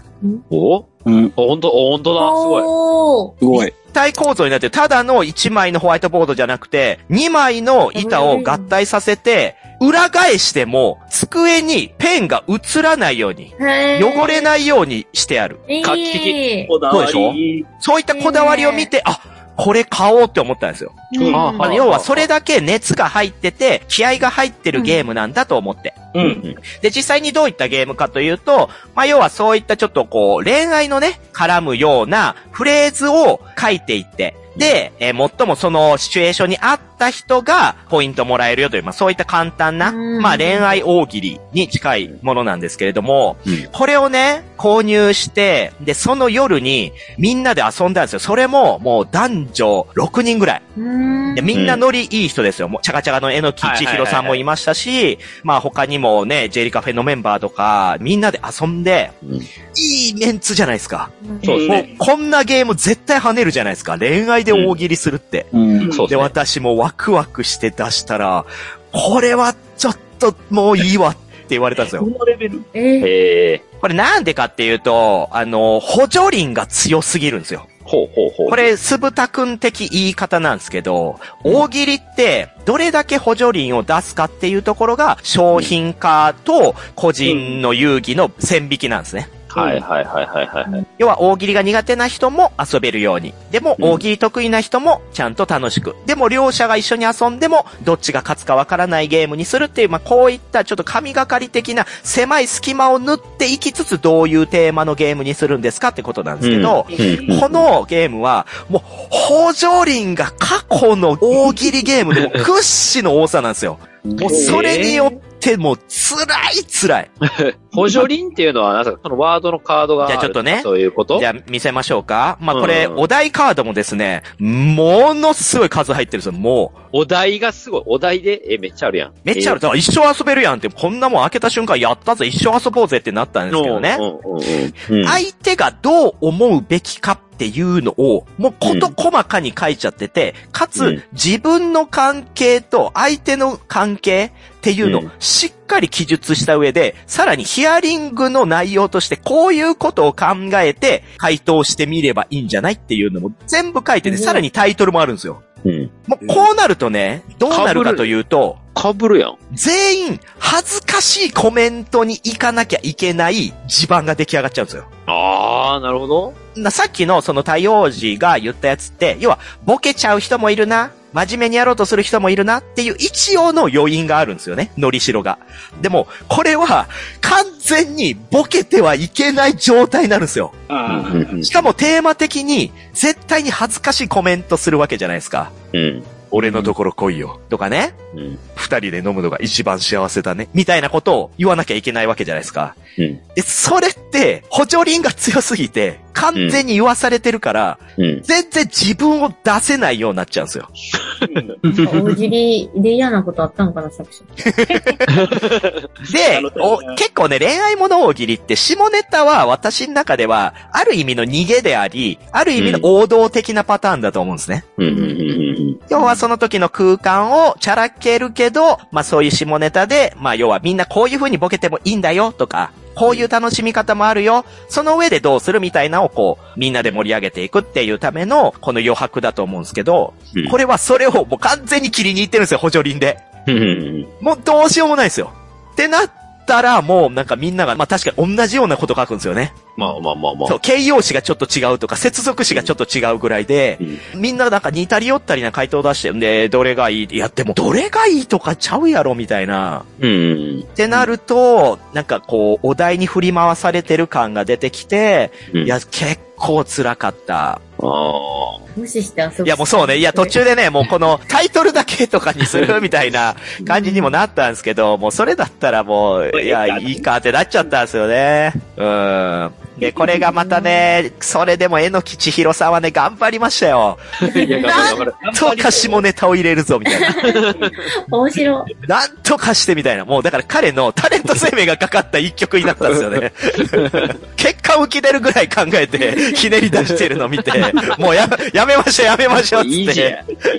S3: お
S6: うん。
S3: ほんと、ほんとだ。すごい。
S1: おー
S6: すごい。
S2: 立体構造になってる、ただの1枚のホワイトボードじゃなくて、2枚の板を合体させて、裏返しても、机にペンが映らないように、
S1: へー
S2: 汚れないようにしてある。
S1: いい
S3: 画期的
S5: こだわり。
S2: どうそういったこだわりを見て、あ、これ買おうって思ったんですよ。
S1: うん
S3: あ
S2: まあ、要はそれだけ熱が入ってて、気合が入ってるゲームなんだと思って。
S5: う。
S3: うんん。
S2: で、実際にどういったゲームかというと、まあ、要はそういったちょっとこう、恋愛のね、絡むようなフレーズを書いていって、で、えー最もそのシチュエーションに合った人がポイントもらえるよという、まあ、そういった簡単な、
S1: うん
S2: まあ、恋愛大喜利に近いものなんですけれども、
S3: うん
S2: これをね、購入して、で、その夜にみんなで遊んだんですよ。それももう男女6人ぐらい。
S1: うん
S2: で、みんなノリいい人ですよ。もう、チャカチャカのえのきちひろさんもいましたし、まあ他にもね、ジェリカフェのメンバーとか、みんなで遊んで、
S3: うん
S2: いいメンツじゃないですか。
S3: そうです
S2: もう
S3: ね。、
S2: こんなゲーム絶対跳ねるじゃないですか。恋愛で大喜利するって。
S6: うん。
S3: そう
S2: で、
S3: ですね。
S2: 私もワクワクして出したら、これはちょっともういいわって言われたんです
S5: こ
S2: よ。
S5: のレベル。
S1: えー
S3: ええ。
S2: これなんでかっていうと、あの、補助輪が強すぎるんですよ。
S3: ほうほうほう。
S2: こ、れ、すぶたくん的言い方なんですけど、大喜利って、どれだけ補助輪を出すかっていうところが、商品化と個人の遊戯の線引きなんですね。
S3: はいはいはいはいはいはい。
S2: 要は、大喜利が苦手な人も遊べるように。でも、大喜利得意な人もちゃんと楽しく。でも、両者が一緒に遊んでも、どっちが勝つかわからないゲームにするっていう、まあ、こういったちょっと神がかり的な狭い隙間を縫っていきつつ、どういうテーマのゲームにするんですかってことなんですけど、
S3: うん
S2: このゲームは、もう、補助輪が過去の大喜利ゲームでも屈指の多さなんですよ。もうそれによってもう辛い辛い。
S3: 補助輪っていうのは、なんか、そのワードのカードがある。
S2: じゃあちょっとね
S3: そういうこと
S2: じゃあ見せましょうか。まあこれ、
S3: うん
S2: お題カードもですね、ものすごい数入ってるんですよ。もう、
S3: お題がすごい。お題で、え、めっちゃあるやん。
S2: めっちゃある。だから一生遊べるやんって、こんなもん開けた瞬間やったぜ、一生遊ぼうぜってなった
S3: え
S2: ん
S3: ー
S2: ですけどね。
S3: うんうんうんうん。
S2: 相手がどう思うべきかっていうのを、もうこと細かに書いちゃってて、か
S3: うん
S2: つ自分の関係と相手の関係っていうの
S3: う
S2: を
S3: ん
S2: しっかり記述した上で、さらにヒアリングの内容としてこういうことを考えて回答してみればいいんじゃないっていうのも全部書いてて、
S1: うん
S2: さらにタイトルもあるんですよ。
S3: うん。
S2: もうこうなるとね、どうなるかというと、
S3: かぶるやん。
S2: 全員恥ずかしいコメントに行かなきゃいけない地盤が出来上がっちゃうんですよ。
S3: あああ、なるほど。
S2: なさっきのその太陽時が言ったやつって、要は、ボケちゃう人もいるな、真面目にやろうとする人もいるなっていう一応の余韻があるんですよね、のりしろが。でも、これは、完全にボケてはいけない状態になるんですよ。
S5: あ
S3: うんうん
S2: しかもテーマ的に、絶対に恥ずかしいコメントするわけじゃないですか。
S3: うん。
S2: 俺のところ来いよ。とかね。
S3: うん。
S2: 二人で飲むのが一番幸せだね。みたいなことを言わなきゃいけないわけじゃないですか。
S3: うん
S2: で、それって、補助輪が強すぎて、完全に言わされてるから、
S3: うん。
S2: 全然自分を出せないようになっちゃうんですよ。
S1: 大喜利で嫌なことあったんかな、作者。
S2: で
S5: なるほ、
S2: お
S5: どね
S2: 結構ね、恋愛物大喜利って、下ネタは私の中では、ある意味の逃げであり、ある意味の王道的なパターンだと思うんですね。
S3: うん。うん。うん。
S2: 要はその時の空間をチャラけるけど、まあそういう下ネタで、まあ要はみんなこういう風にボケてもいいんだよとか、こういう楽しみ方もあるよ。その上でどうするみたいなをこう、みんなで盛り上げていくっていうための、この余白だと思うんですけど
S3: うん、
S2: これはそれをもう完全に切りに行ってるんですよ、補助輪で。
S3: うん。
S2: もうどうしようもないですよ。ってなったら、もうなんかみんなが、まあ確かに同じようなこと書くんですよね。
S3: まあまあまあま
S2: そう、
S3: あ。
S2: 形容詞がちょっと違うとか、接続詞がちょっと違うぐらいで、みんななんか似たり寄ったりな回答を出してるんで、どれがいいいや、でもどれがいいとかちゃうやろみたいな。
S3: うん。
S2: ってなると、なんかこう、お題に振り回されてる感が出てきて、
S3: うん
S2: いや、結構辛かった。
S3: ああ。
S1: 無視して遊ぶ。
S2: いや、もうそうね。いや、途中でね、もうこのタイトルだけとかにするみたいな感じにもなったんですけど、もうそれだったらもう、いや、いいかってなっちゃったんですよね。うん。で、これがまたね、それでも、えのきちひろさんはね、頑張りましたよ。
S3: いや、頑張る
S5: あ。
S2: とか下ネタを入れるぞ、みたいな。
S1: 面白 い。
S2: なんとかしてみたいな。もうだから彼のタレント生命がかかった一曲になったんですよ ね。結果浮き出るぐらい考えて、ひねり出してるの見て、もうや、やめましょう、やめましょう、つ
S3: 頑張る。い
S2: っ
S3: いじ
S2: て。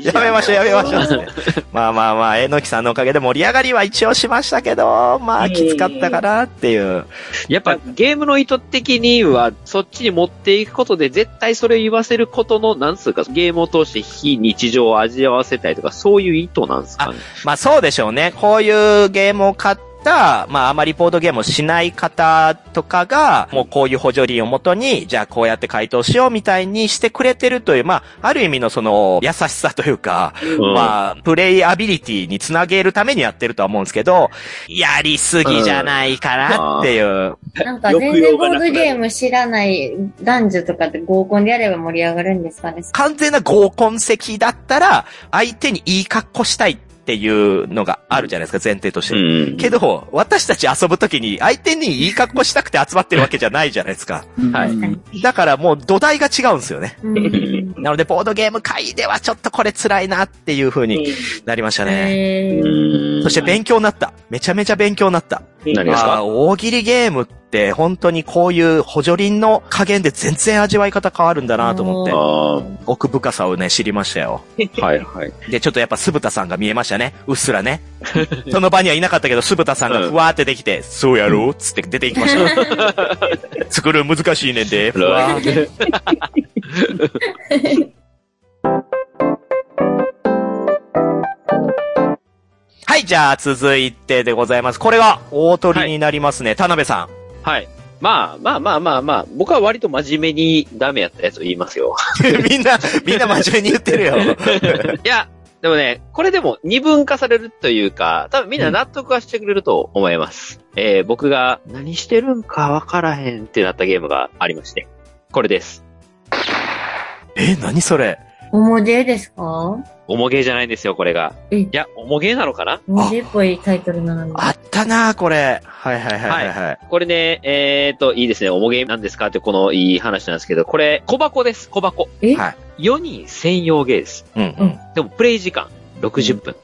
S3: ゃん。
S2: やめましょう、やめましょう、つって。まあまあまあ、えのきさんのおかげで盛り上がりは一応しましたけど、まあ、きつかったかなっていう。
S3: やっぱゲームの意図的には、そっちに持っていくことで、絶対それを言わせることの、なんつうか、ゲームを通して非日常を味わわせたいとか、そういう意図なんですかね。
S2: まあそうでしょうね。こういうゲームを買った、まああまりボードゲームをしない方とかが、もうこういう補助輪をもとに、じゃあこうやって回答しようみたいにしてくれてるという、まあある意味のその優しさというか、
S3: うん
S2: まあプレイアビリティにつなげるためにやってるとは思うんですけど、やりすぎじゃないかなっていう。
S1: なんか全然ボードゲーム知らない男女とかって合コンでやれば盛り上がるんですかね。
S2: 完全な合コン席だったら、相手にいい格好したいっていうのがあるじゃないですか、前提として。
S3: うん。
S2: けど、私たち遊ぶときに相手にいい格好したくて集まってるわけじゃないじゃないですか。
S3: はい
S6: うん
S2: だからもう土台が違うんですよ ね。
S1: うん。
S2: なので、ボードゲーム会ではちょっとこれ辛いなっていう風になりましたね。
S1: え
S3: う
S1: ー
S3: ん
S2: そして勉強になった。めちゃめちゃ勉強になった。
S3: 何がです
S2: あ
S3: か
S2: ー大喜利ゲームって本当にこういう補助輪の加減で全然味わい方変わるんだなと思って
S3: あ、あ、は
S2: 奥深さをね、知りましたよ。
S3: いはい。
S2: で、ちょっとやっぱ酢豚さんが見えましたね。うっすら ね。その場にはいなかったけど、酢豚さんがふわーってできて、そうやろうつって出ていきま した。作るの難しいねんで、ふわーって。はい、じゃあ続いてでございます。これが大鳥になりますね。田辺さん。
S3: はい。まあまあまあまあまあ、僕は割と真面目にダメやったやつを言いますよ。
S2: みんな、みんな真面目に言って るよ。
S3: いや、でもね、これでも二分化されるというか、多分みんな納得はしてくれると思います。えー、僕が何してるんかわからへんってなったゲームがありまして。これです。
S2: え、何それ
S1: 思い出ですか
S3: おもげじゃないんですよ、これが。
S1: え
S3: いや、おもげなのかな
S1: 思い出っぽいタイトルなのに。
S2: あったなこれ。はいはいはいはい。はい、
S3: これね、えーと、いいですね、おもげなんですかってこのいい話なんですけど、これ、小箱です、小箱。
S1: え
S2: はい
S3: 4人専用ゲーです。
S2: うんうん。
S3: でも、プレイ時間60分。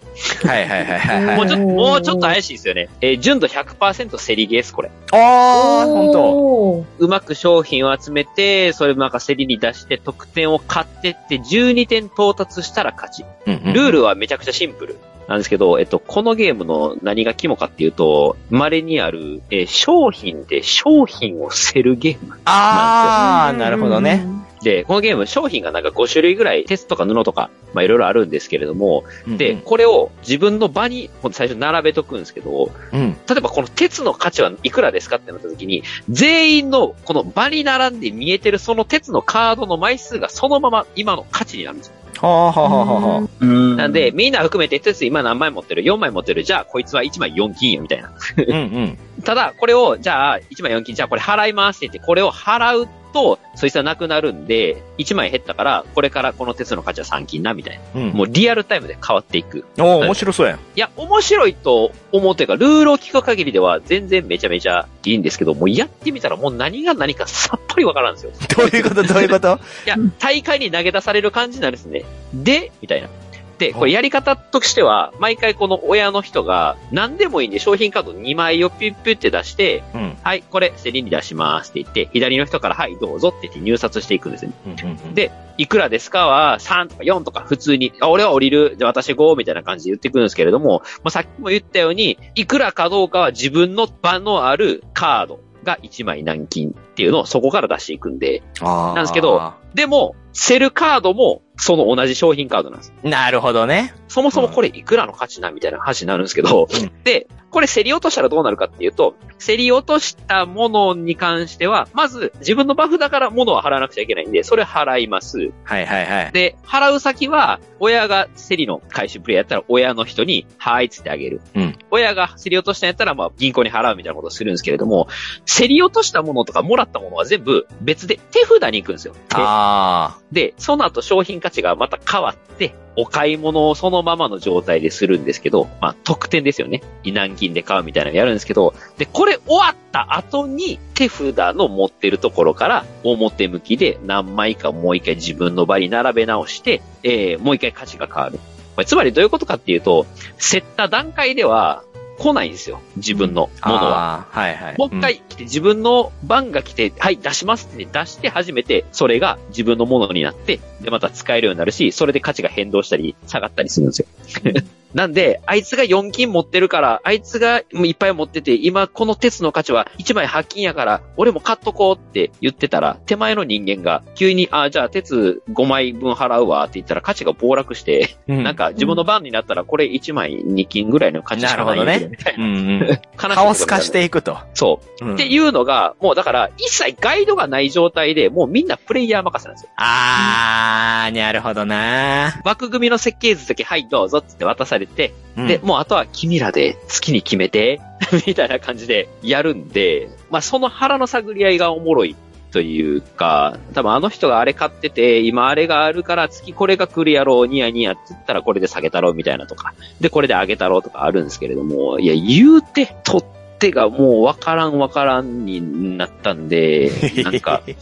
S2: はいはいはいはいはい。
S3: もうちょっと、
S1: おー
S3: もうちょっと怪しいですよね。えー純度100%競りゲーです、これ。
S2: ああ、本当。
S1: おー
S3: うまく商品を集めて、それもなんか競りに出して、得点を買ってって、12点到達したら勝ち。
S2: ル
S3: ルールはめちゃくちゃシンプル。なんですけど、えっと、このゲームの何が肝かっていうと、稀にある、えー商品で商品を競るゲーム。
S2: ああ、なるほどね。。
S3: で、このゲーム商品がなんか5種類ぐらい、鉄とか布とか、まあいろいろあるんですけれども、で、これを自分の場にほんと最初並べとくんですけど、
S2: うん、うん。
S3: 例えばこの鉄の価値はいくらですかってなった時に、全員のこの場に並んで見えてるその鉄のカードの枚数がそのまま今の価値になるんですよ。
S2: はあはあはあはあは
S5: うん
S3: なんで、、みんな含めて鉄今何枚持ってる ?4 枚持ってるじゃあこいつは1枚4金よみたいな。
S2: あ。うんうん。
S3: ただ、これを、じゃあ、1枚4金、じゃあこれ払いますって言って、これを払うと、そいつはなくなるんで、1枚減ったから、これからこの鉄の価値は3金な、みたいな。
S2: うん。
S3: もうリアルタイムで変わっていく。
S2: おー面白そうやん。
S3: いや、面白いと思うというか、ルールを聞く限りでは全然めちゃめちゃいいんですけど、もうやってみたらもう何が何かさっぱりわからんですよ。
S2: どういうことどういうこと
S3: いや、 大会に投げ出される感じなんですね。で、みたいな。で、これやり方としては、毎回この親の人が、何でもいいんで商品カード2枚をピュッピュって出して、
S2: うん。うん
S3: はい、これ、競りに出しますって言って、左の人から、はい、どうぞって言って入札していくんですね。
S2: うんうん。
S3: でいくらですかは、3とか4とか普通に、あ、俺は降りる、じゃあ私5みたいな感じで言ってくるんですけれども、まあ、さっきも言ったように、いくらかどうかは自分の場のあるカードが1枚軟禁っていうのをそこから出していくんで、
S2: あー
S3: なんですけど。でも、セルカードもその同じ商品カードなんです。
S2: なるほどね。
S3: そもそもこれいくらの価値なみたいな話になるんですけど、で、これ競り落としたらどうなるかっていうと、競り落としたものに関しては、まず自分のバフだから物は払わなくちゃいけないんで、それ払います。
S2: はいはいはい。
S3: で、払う先は、親が競りの回収プレイやったら親の人に、はいっつってあげる。
S2: うん
S3: 親が競り落としたんやったら、まあ銀行に払うみたいなことをするんですけれども、競り落としたものとかもらったものは全部別で手札に行くんですよ。
S2: あ
S3: で、その後商品価値がまた変わって、お買い物をそのままの状態でするんですけど、まあ、特典ですよね。違難金で買うみたいなのやるんですけど、で、これ終わった後に手札の持ってるところから表向きで何枚かもう一回自分の場に並べ直して、えー、もう一回価値が変わる。まあつまりどういうことかっていうと、競った段階では来ないんですよ。自分の
S2: あ。
S3: ものは。
S2: ああ。はいはい。
S3: もう一回来て、自分の番が来て、はい、出しますって出して初めて、それが自分のものになって、で、また使えるようになるし、それで価値が変動したり、下がったりするんですよ。 なんで、あいつが4金持ってるから、あいつがいっぱい持ってて、今この鉄の価値は1枚8金やから、俺も買っとこうって言ってたら、手前の人間が急に、あ、じゃあ鉄5枚分払うわって言ったら価値が暴落して、
S2: うん、
S3: なんか自分の番になったらこれ1枚2金ぐらいの価値しかないんだけどみたい
S2: うん
S3: な。
S2: うん。
S3: 悲しいことになる
S2: カオス化していくと。
S3: そう。
S2: うん
S3: っていうのが、もうだから、一切ガイドがない状態で、もうみんなプレイヤー任せなんですよ。
S2: あー、なるほどな。
S3: 枠組みの設計図だけ、はい、どうぞっつって渡されて、
S2: うん
S3: で、、もうあとは君らで好きに決めて、 みたいな感じでやるんで、まあその腹の探り合いがおもろいというか、多分あの人があれ買ってて、今あれがあるから月これが来るやろう、ニヤニヤって言ったらこれで下げたろうみたいなとか、で、これで上げたろうとかあるんですけれども、いや、言うて、取ってがもうわからんわからんになった んで、なんか、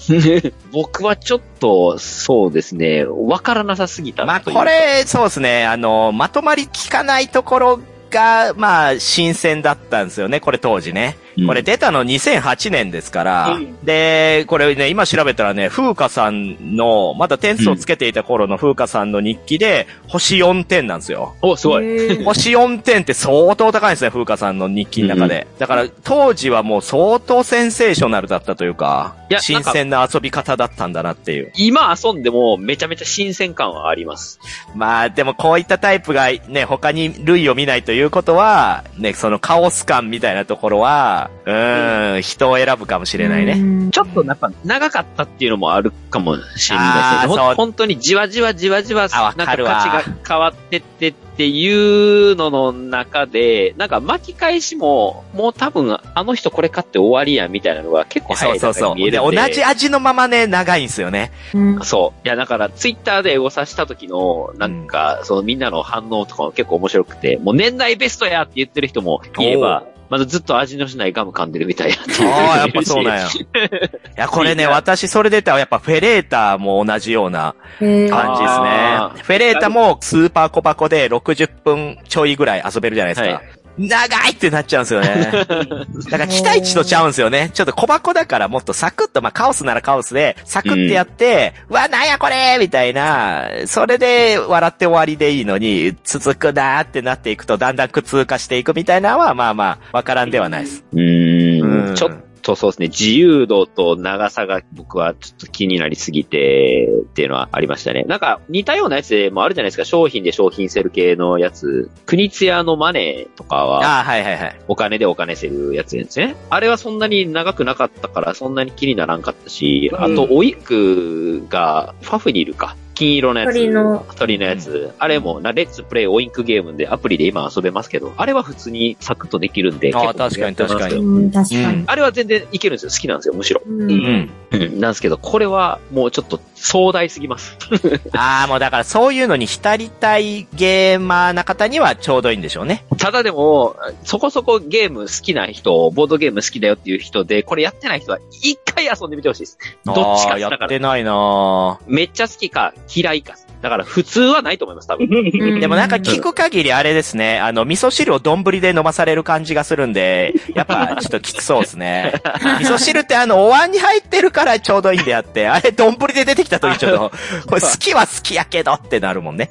S3: 僕はちょっと、そうですね、わからなさすぎた
S2: まあ、
S3: というか
S2: これ、そうですね。あの、まとまり聞かないところが、まあ、新鮮だったんですよね。これ当時ね。これ、出たの2008年ですから、
S5: うん
S2: で、これね、今調べたらね、風花さんの、まだ点数をつけていた頃の風花さんの日記で、星4点なんですよ。
S3: うんお、すごい。
S1: い。
S2: 星4点って相当高いんですね、風花さんの日記の中で。だから、当時はもう相当センセーショナルだったというか
S3: い、や
S2: 新鮮な遊び方だったんだなっていう。
S3: 今遊んでもめちゃめちゃ新鮮感はあります。
S2: まあ、でもこういったタイプがね、他に類を見ないということは、ね、そのカオス感みたいなところは、うーん、人を選ぶかもしれないね。
S1: ね
S3: ちょっとやっぱ長かったっていうのもあるかもしれ
S2: あ
S3: ない
S2: ー
S3: です
S2: そ
S3: ね。
S2: う
S3: ほん本当にじわじわじわじわ、
S2: あわ
S3: なん
S2: か
S3: か価値
S2: るわ
S3: が変わってってっていうのの中で、なんか巻き返しも、もう多分あの人これ買って終わりやみたいなのが結構
S2: そ
S3: 早
S2: う
S3: い
S2: そう
S3: 段階
S2: そ
S3: で
S2: う。
S3: 見え
S2: で、
S3: る
S2: 同
S3: んで。
S2: じ味のままね、長いんですよ ね。
S1: うん
S3: そう。いや、だから、ツイッターでエゴサした時の、なんか、そのみんなの反応とかも結構面白くて、もう年代ベストやって言ってる人もいれば、まだずっと味のしないガム噛んでるみたいな。
S2: ああ、やっぱそうなんや。いや、これね、私それで言ったらやっぱフェレーターも同じような
S1: へー
S2: 感じ
S3: あ
S2: ですね。フェレータもスーパー小箱で60分ちょいぐらい遊べるじゃないですか。
S3: は
S2: 長いってなっちゃうんですよ ね。だから期待値とちゃうんですよね。ちょっと小箱だからもっとサクッと、まあカオスならカオスで、サクッてやって、うわ、なんやこれみたいな、それで笑って終わりでいいのに、続くなーってなっていくと、だんだん苦痛化していくみたいなのは、まあまあ、わからんではないです。
S3: うー
S2: うん
S3: ん。ちょっとそうですね、自由度と長さが僕はちょっと気になりすぎてっていうのはありましたね。なんか似たようなやつでもあるじゃないですか、商品で商品セル系のやつ。国津屋のマネーとかは、
S2: ああ、はいはいはい。
S3: お金でお金セルやつですね。あれはそんなに長くなかったから、そんなに気にならんかったし、
S5: うん
S3: あと、おクが、ファフにいるか。金色のやつ。
S1: 鳥の。
S3: 鳥のやつ。あれも、なレッツプレイオインクゲームでアプリで今遊べますけど、あれは普通にサクッとできるんで。
S2: あー
S3: 結構
S2: 確かに確かに
S3: やってますけど
S1: うん、確かに。
S3: あれは全然いけるんですよ。好きなんですよ、むしろ。
S1: うん
S5: う
S2: うんん。
S3: うんなんですけど、これはもうちょっと壮大すぎます。
S2: ああ、もうだからそういうのに浸りたいゲーマーな方にはちょうどいいんでしょうね。
S3: ただでも、そこそこゲーム好きな人、ボードゲーム好きだよっていう人で、これやってない人は一回遊んでみてほしいです。どっち
S2: あ
S3: か
S2: ー
S3: だ
S2: や
S3: か
S2: っ
S3: ら。
S2: てないな
S3: めっちゃ好きか嫌いか。だから普通はないと思います、多分。
S1: う
S2: ーでもなんか聞く限りあれですね、あの、味噌汁を丼で飲まされる感じがするんで、やっぱちょっときつそうです ね。味噌汁ってあの、お椀に入ってるからちょうどいいんであって、あれ丼で出てきた時ちょっ と、これ好きは好きやけどってなるもんね。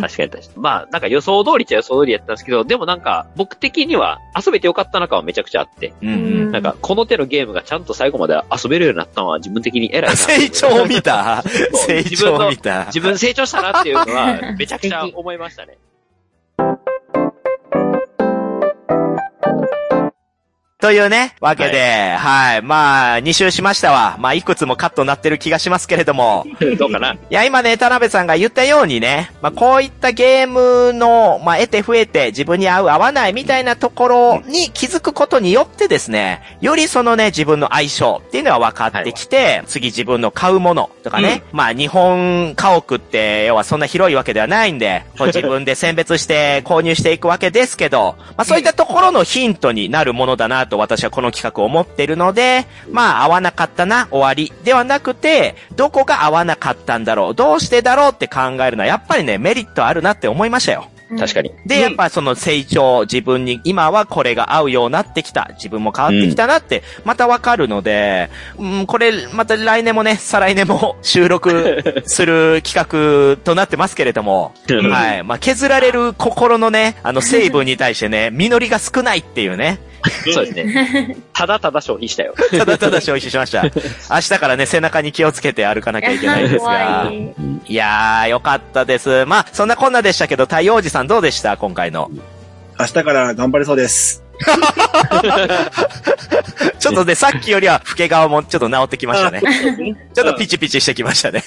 S3: 確かに確かに。まあ、なんか予想通りっちゃ予想通りやったんですけど、でもなんか、僕的には遊べてよかった中はめちゃくちゃあって、
S2: うん
S1: う
S2: うん。
S1: ん
S3: なんか、この手のゲームがちゃんと最後まで遊べるようになったのは自分的に偉いな。
S2: 成長を見 た
S3: そう
S2: 成長を見た
S3: 自分成長したなっていうのは、めちゃくちゃ思いましたね。
S2: というね、わけで、はい、まあ、2周しましたわ。まあ、いくつもカットなってる気がしますけれども。
S3: どうかない
S2: や、今ね、田辺さんが言ったようにね、まあ、こういったゲームの、まあ、得て増えて、自分に合う合わないみたいなところに気づくことによってですね、よりそのね、自分の相性っていうのは分かってきて、次自分の買うものとかね、まあ、日本家屋って、要はそんな広いわけではないんで、 こう自分で選別して購入していくわけですけど、まあ、そういったところのヒントになるものだなと私はこの企画を思ってるので、まあ合わなかったな、終わり。ではなくて、どこが合わなかったんだろう、どうしてだろうって考えるのは、やっぱりね、メリットあるなって思いましたよ。
S3: 確かに。
S2: で、やっぱその成長、自分に、今はこれが合うようになってきた、自分も変わってきたなって、またわかるので、うん、これ、また来年もね、再来年も 収録する企画となってますけれども、
S3: うん
S2: はい。まあ、削られる心のね、あの、成分に対してね、実りが少ないっていうね、
S3: そうですね。ただただ消費したよ。
S2: ただただ消費しました。明日からね、背中に気をつけて歩かなきゃいけない ですが。
S1: 怖い
S2: いやー、よかったです。まあ、そんなこんなでしたけど、太陽寺さんどうでした今回の。
S6: 明日から頑張れそうです。
S2: ちょっとね、さっきよりは、老け顔もちょっと治ってきましたね。ちょっとピ
S5: チ
S2: チピチしてきましたね。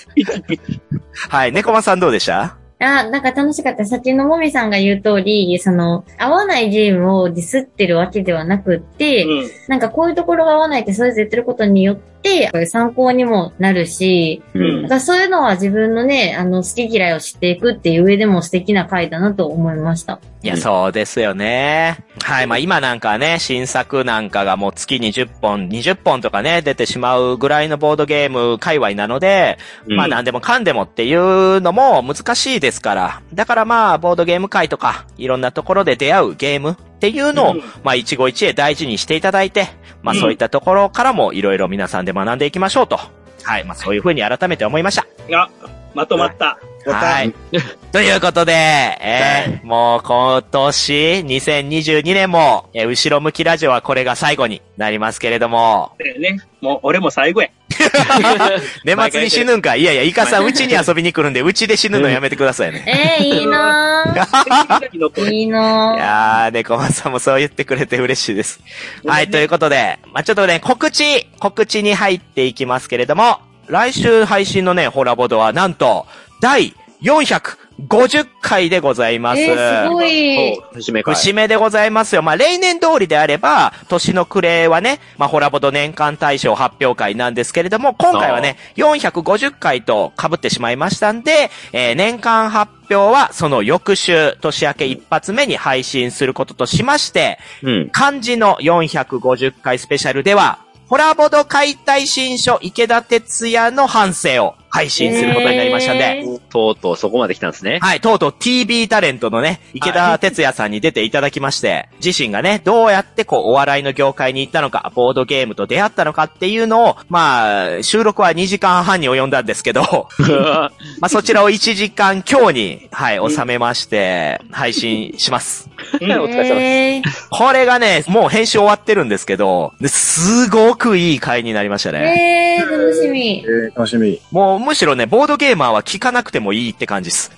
S2: はい、猫間さんどうでした
S1: あ、なんか楽しかった。さっきのもみさんが言う通り、その、合わないゲームをディスってるわけではなくって、なんかこういうところが合わないってそれぞれ言ってることによって、こういう参考にもなるし、
S3: うん
S1: だ。からそういうのは自分のね、あの、好き嫌いを知っていくっていう上でも素敵な回だなと思いました。
S2: いや、そうですよね。はい。まあ今なんかはね、新作なんかがもう月に10本、20本とかね、出てしまうぐらいのボードゲーム界隈なので、まあ何でもかんでもっていうのも難しいですから。だからまあ、ボードゲーム界とか、いろんなところで出会うゲームっていうのを、
S5: うん
S2: まあ一期一会大事にしていただいて、まあ
S5: うん
S2: そういったところからもいろいろ皆さんで学んでいきましょうと。はい。まあそういうふうに改めて思いました。
S5: あ、まとまった。
S2: はい。ということで、えー、もう今年2022年も、えー後ろ向きラジオはこれが最後になりますけれども、
S5: だよね。もう、俺も最後や。
S2: 年末に死ぬんかいやいや、イカさんうちに遊びに来るんで、うちで死ぬのやめてくださいね。
S1: えー、いいなーいい
S2: い
S1: な
S2: やー、猫マさんもそう言ってくれて嬉しいです。はい、ということで、まあ、ちょっとね、告知、告知に入っていきますけれども、来週配信のね、ホラボドはなんと、第450回でございます。
S1: ー。えー、すごい。
S3: そう節目会。
S2: 節目でございますよ。まあ、例年通りであれば、年の暮れはね、まあ、ホラボド年間大賞発表会なんですけれども、今回はね、450回と被ってしまいましたんで、えー年間発表はその翌週、年明け一発目に配信することとしまして、
S3: うん。
S2: 漢字の450回スペシャルでは、ホラボド解体新書池田哲也の反省を配信することになりましたんで、
S1: えー
S3: とうとうそこまで来たんです ね。
S2: はい、とうとう TV タレントのね、池田哲也さんに出ていただきまして、自身がね、どうやってこう、お笑いの業界に行ったのか、ボードゲームと出会ったのかっていうのを、まあ、収録は2時間半に及んだんですけど、まあそちらを1時間強に、はい、収めまして、配信します。
S3: お疲れ様です。
S1: えー、
S2: これがね、もう編集終わってるんですけど、ですごくいい回になりましたね。
S1: えー、楽しみ。
S7: えー楽しみ。
S2: もうむしろね、ボードゲーマーは聞かなくてもいいって感じです。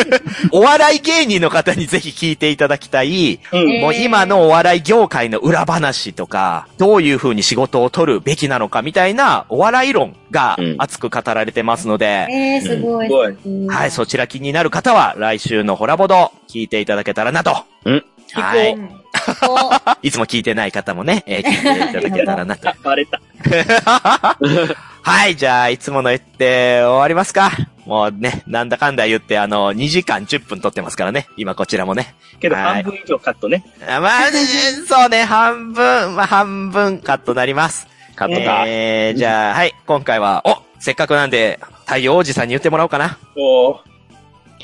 S2: お笑い芸人の方にぜひ聞いていただきたい、
S5: う ん。
S2: も う今のお笑い業界の裏話とか、どういう風に仕事を取るべきなのかみたいなお笑い論が
S3: うん
S2: 熱く語られてますので、
S1: えー、すごい。
S5: すごい
S2: はい、そちら気になる方は来週のホラボド聞いていただけたらなと。
S3: うん
S2: は
S1: う
S2: い。
S1: んこう
S2: いつも聞いてない方もね、え ー聞いていただけたらなと。
S5: バレた。
S2: はい、じゃあ、いつもの言って終わりますか。もうね、なんだかんだ言って、あの、2時間10分撮ってますからね。今こちらもね。
S5: けど
S2: はい
S5: 半分以上カットね。
S2: あまあ、ね、そうね、半分、まあ、半分カットなります。
S3: カットか。
S2: えー、じゃあ、はい、今回は、おせっかくなんで、太陽王子さんに言ってもらおうかな。
S5: おー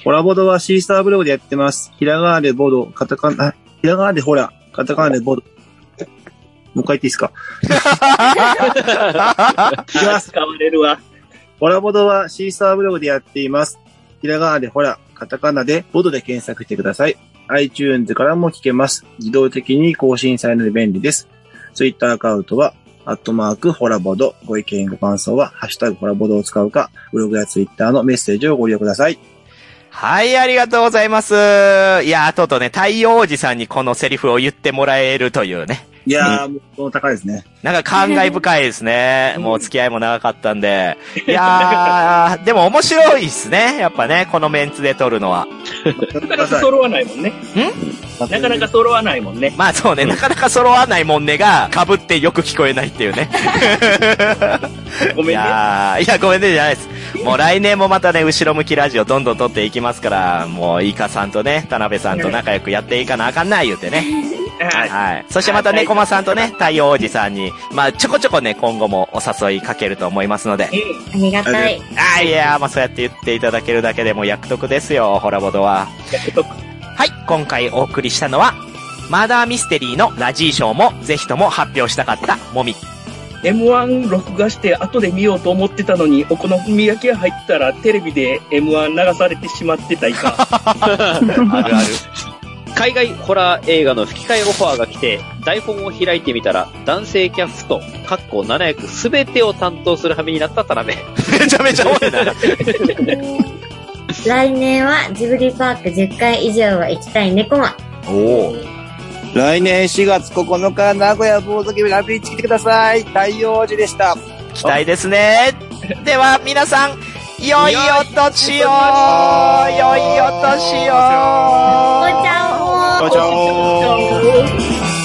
S7: ホラボードはシーサーブログでやってます。ひらがなでボード、カタカナ、あひらがなでホラ、カタカナでボード。もう一回言っていいですか
S5: 使われるわ。
S7: ホラボードはシーサーブログでやっています。ひらがなでホラ、カタカナでボードで検索してください。iTunes からも聞けます。自動的に更新されるので便利です。Twitter アカウントは、アットマーク、ホラボード。ご意見、ご感想は、ハッシュタグ、ホラボードを使うか、ブログや Twitter のメッセージをご利用ください。
S2: はい、ありがとうございます。いやー、とうとうね、太陽王子さんにこのセリフを言ってもらえるというね。
S7: いやー、もう、この高いですね。
S2: なんか感慨深いですね。 もう付き合いも長かったんで。いやー、でも面白いっすね。やっぱね、このメンツで撮るのは。
S5: なかな か揃わないもんね。なかなか揃わないも んね。
S2: まあそうね、なかなか揃わないもんねが、被ってよく聞こえないっていうね。
S5: ご
S2: い
S5: めんね。
S2: やーいや、ごめんねじゃないです。もう来年もまたね、後ろ向きラジオどんどん撮っていきますから、もう、イカさんとね、田辺さんと仲良くやっていかなあかんない言うてね。
S5: はい
S2: はい。そしてまた
S5: は
S2: ね、
S5: い
S2: コマさんとね、太陽王子さんに、まあ、ちょこちょこね、今後もお誘いかけると思いますので。
S5: うん
S1: ありがたい。
S2: あーいやー、まあそうやって言っていただけるだけでも約束ですよ、ホラボドは。
S5: 約束
S2: はい、今回お送りしたのは、マーダーミステリーのラジー賞もぜひとも発表したかった、もみ。
S5: M1 録画して後で見ようと思ってたのに、お好み焼き屋入ったらテレビで M1 流されてしまってたいか。
S2: あるある。
S3: 海外ホラー映画の吹き替えオファーが来て、台本を開いてみたら、男性キャスト、カッコ7役すべてを担当する羽目になったタラメ。
S2: めちゃめちゃ多いな。
S1: 来年はジブリパーク10回以上は行きたい猫マ。
S2: おお。
S6: 来年4月9日、名古屋ボードゲームラビーチ来てください。太陽寺でした。
S2: 期待ですね。では、皆さん、良いお年を良いお年を
S1: お茶を
S7: じゃあ
S5: じゃあ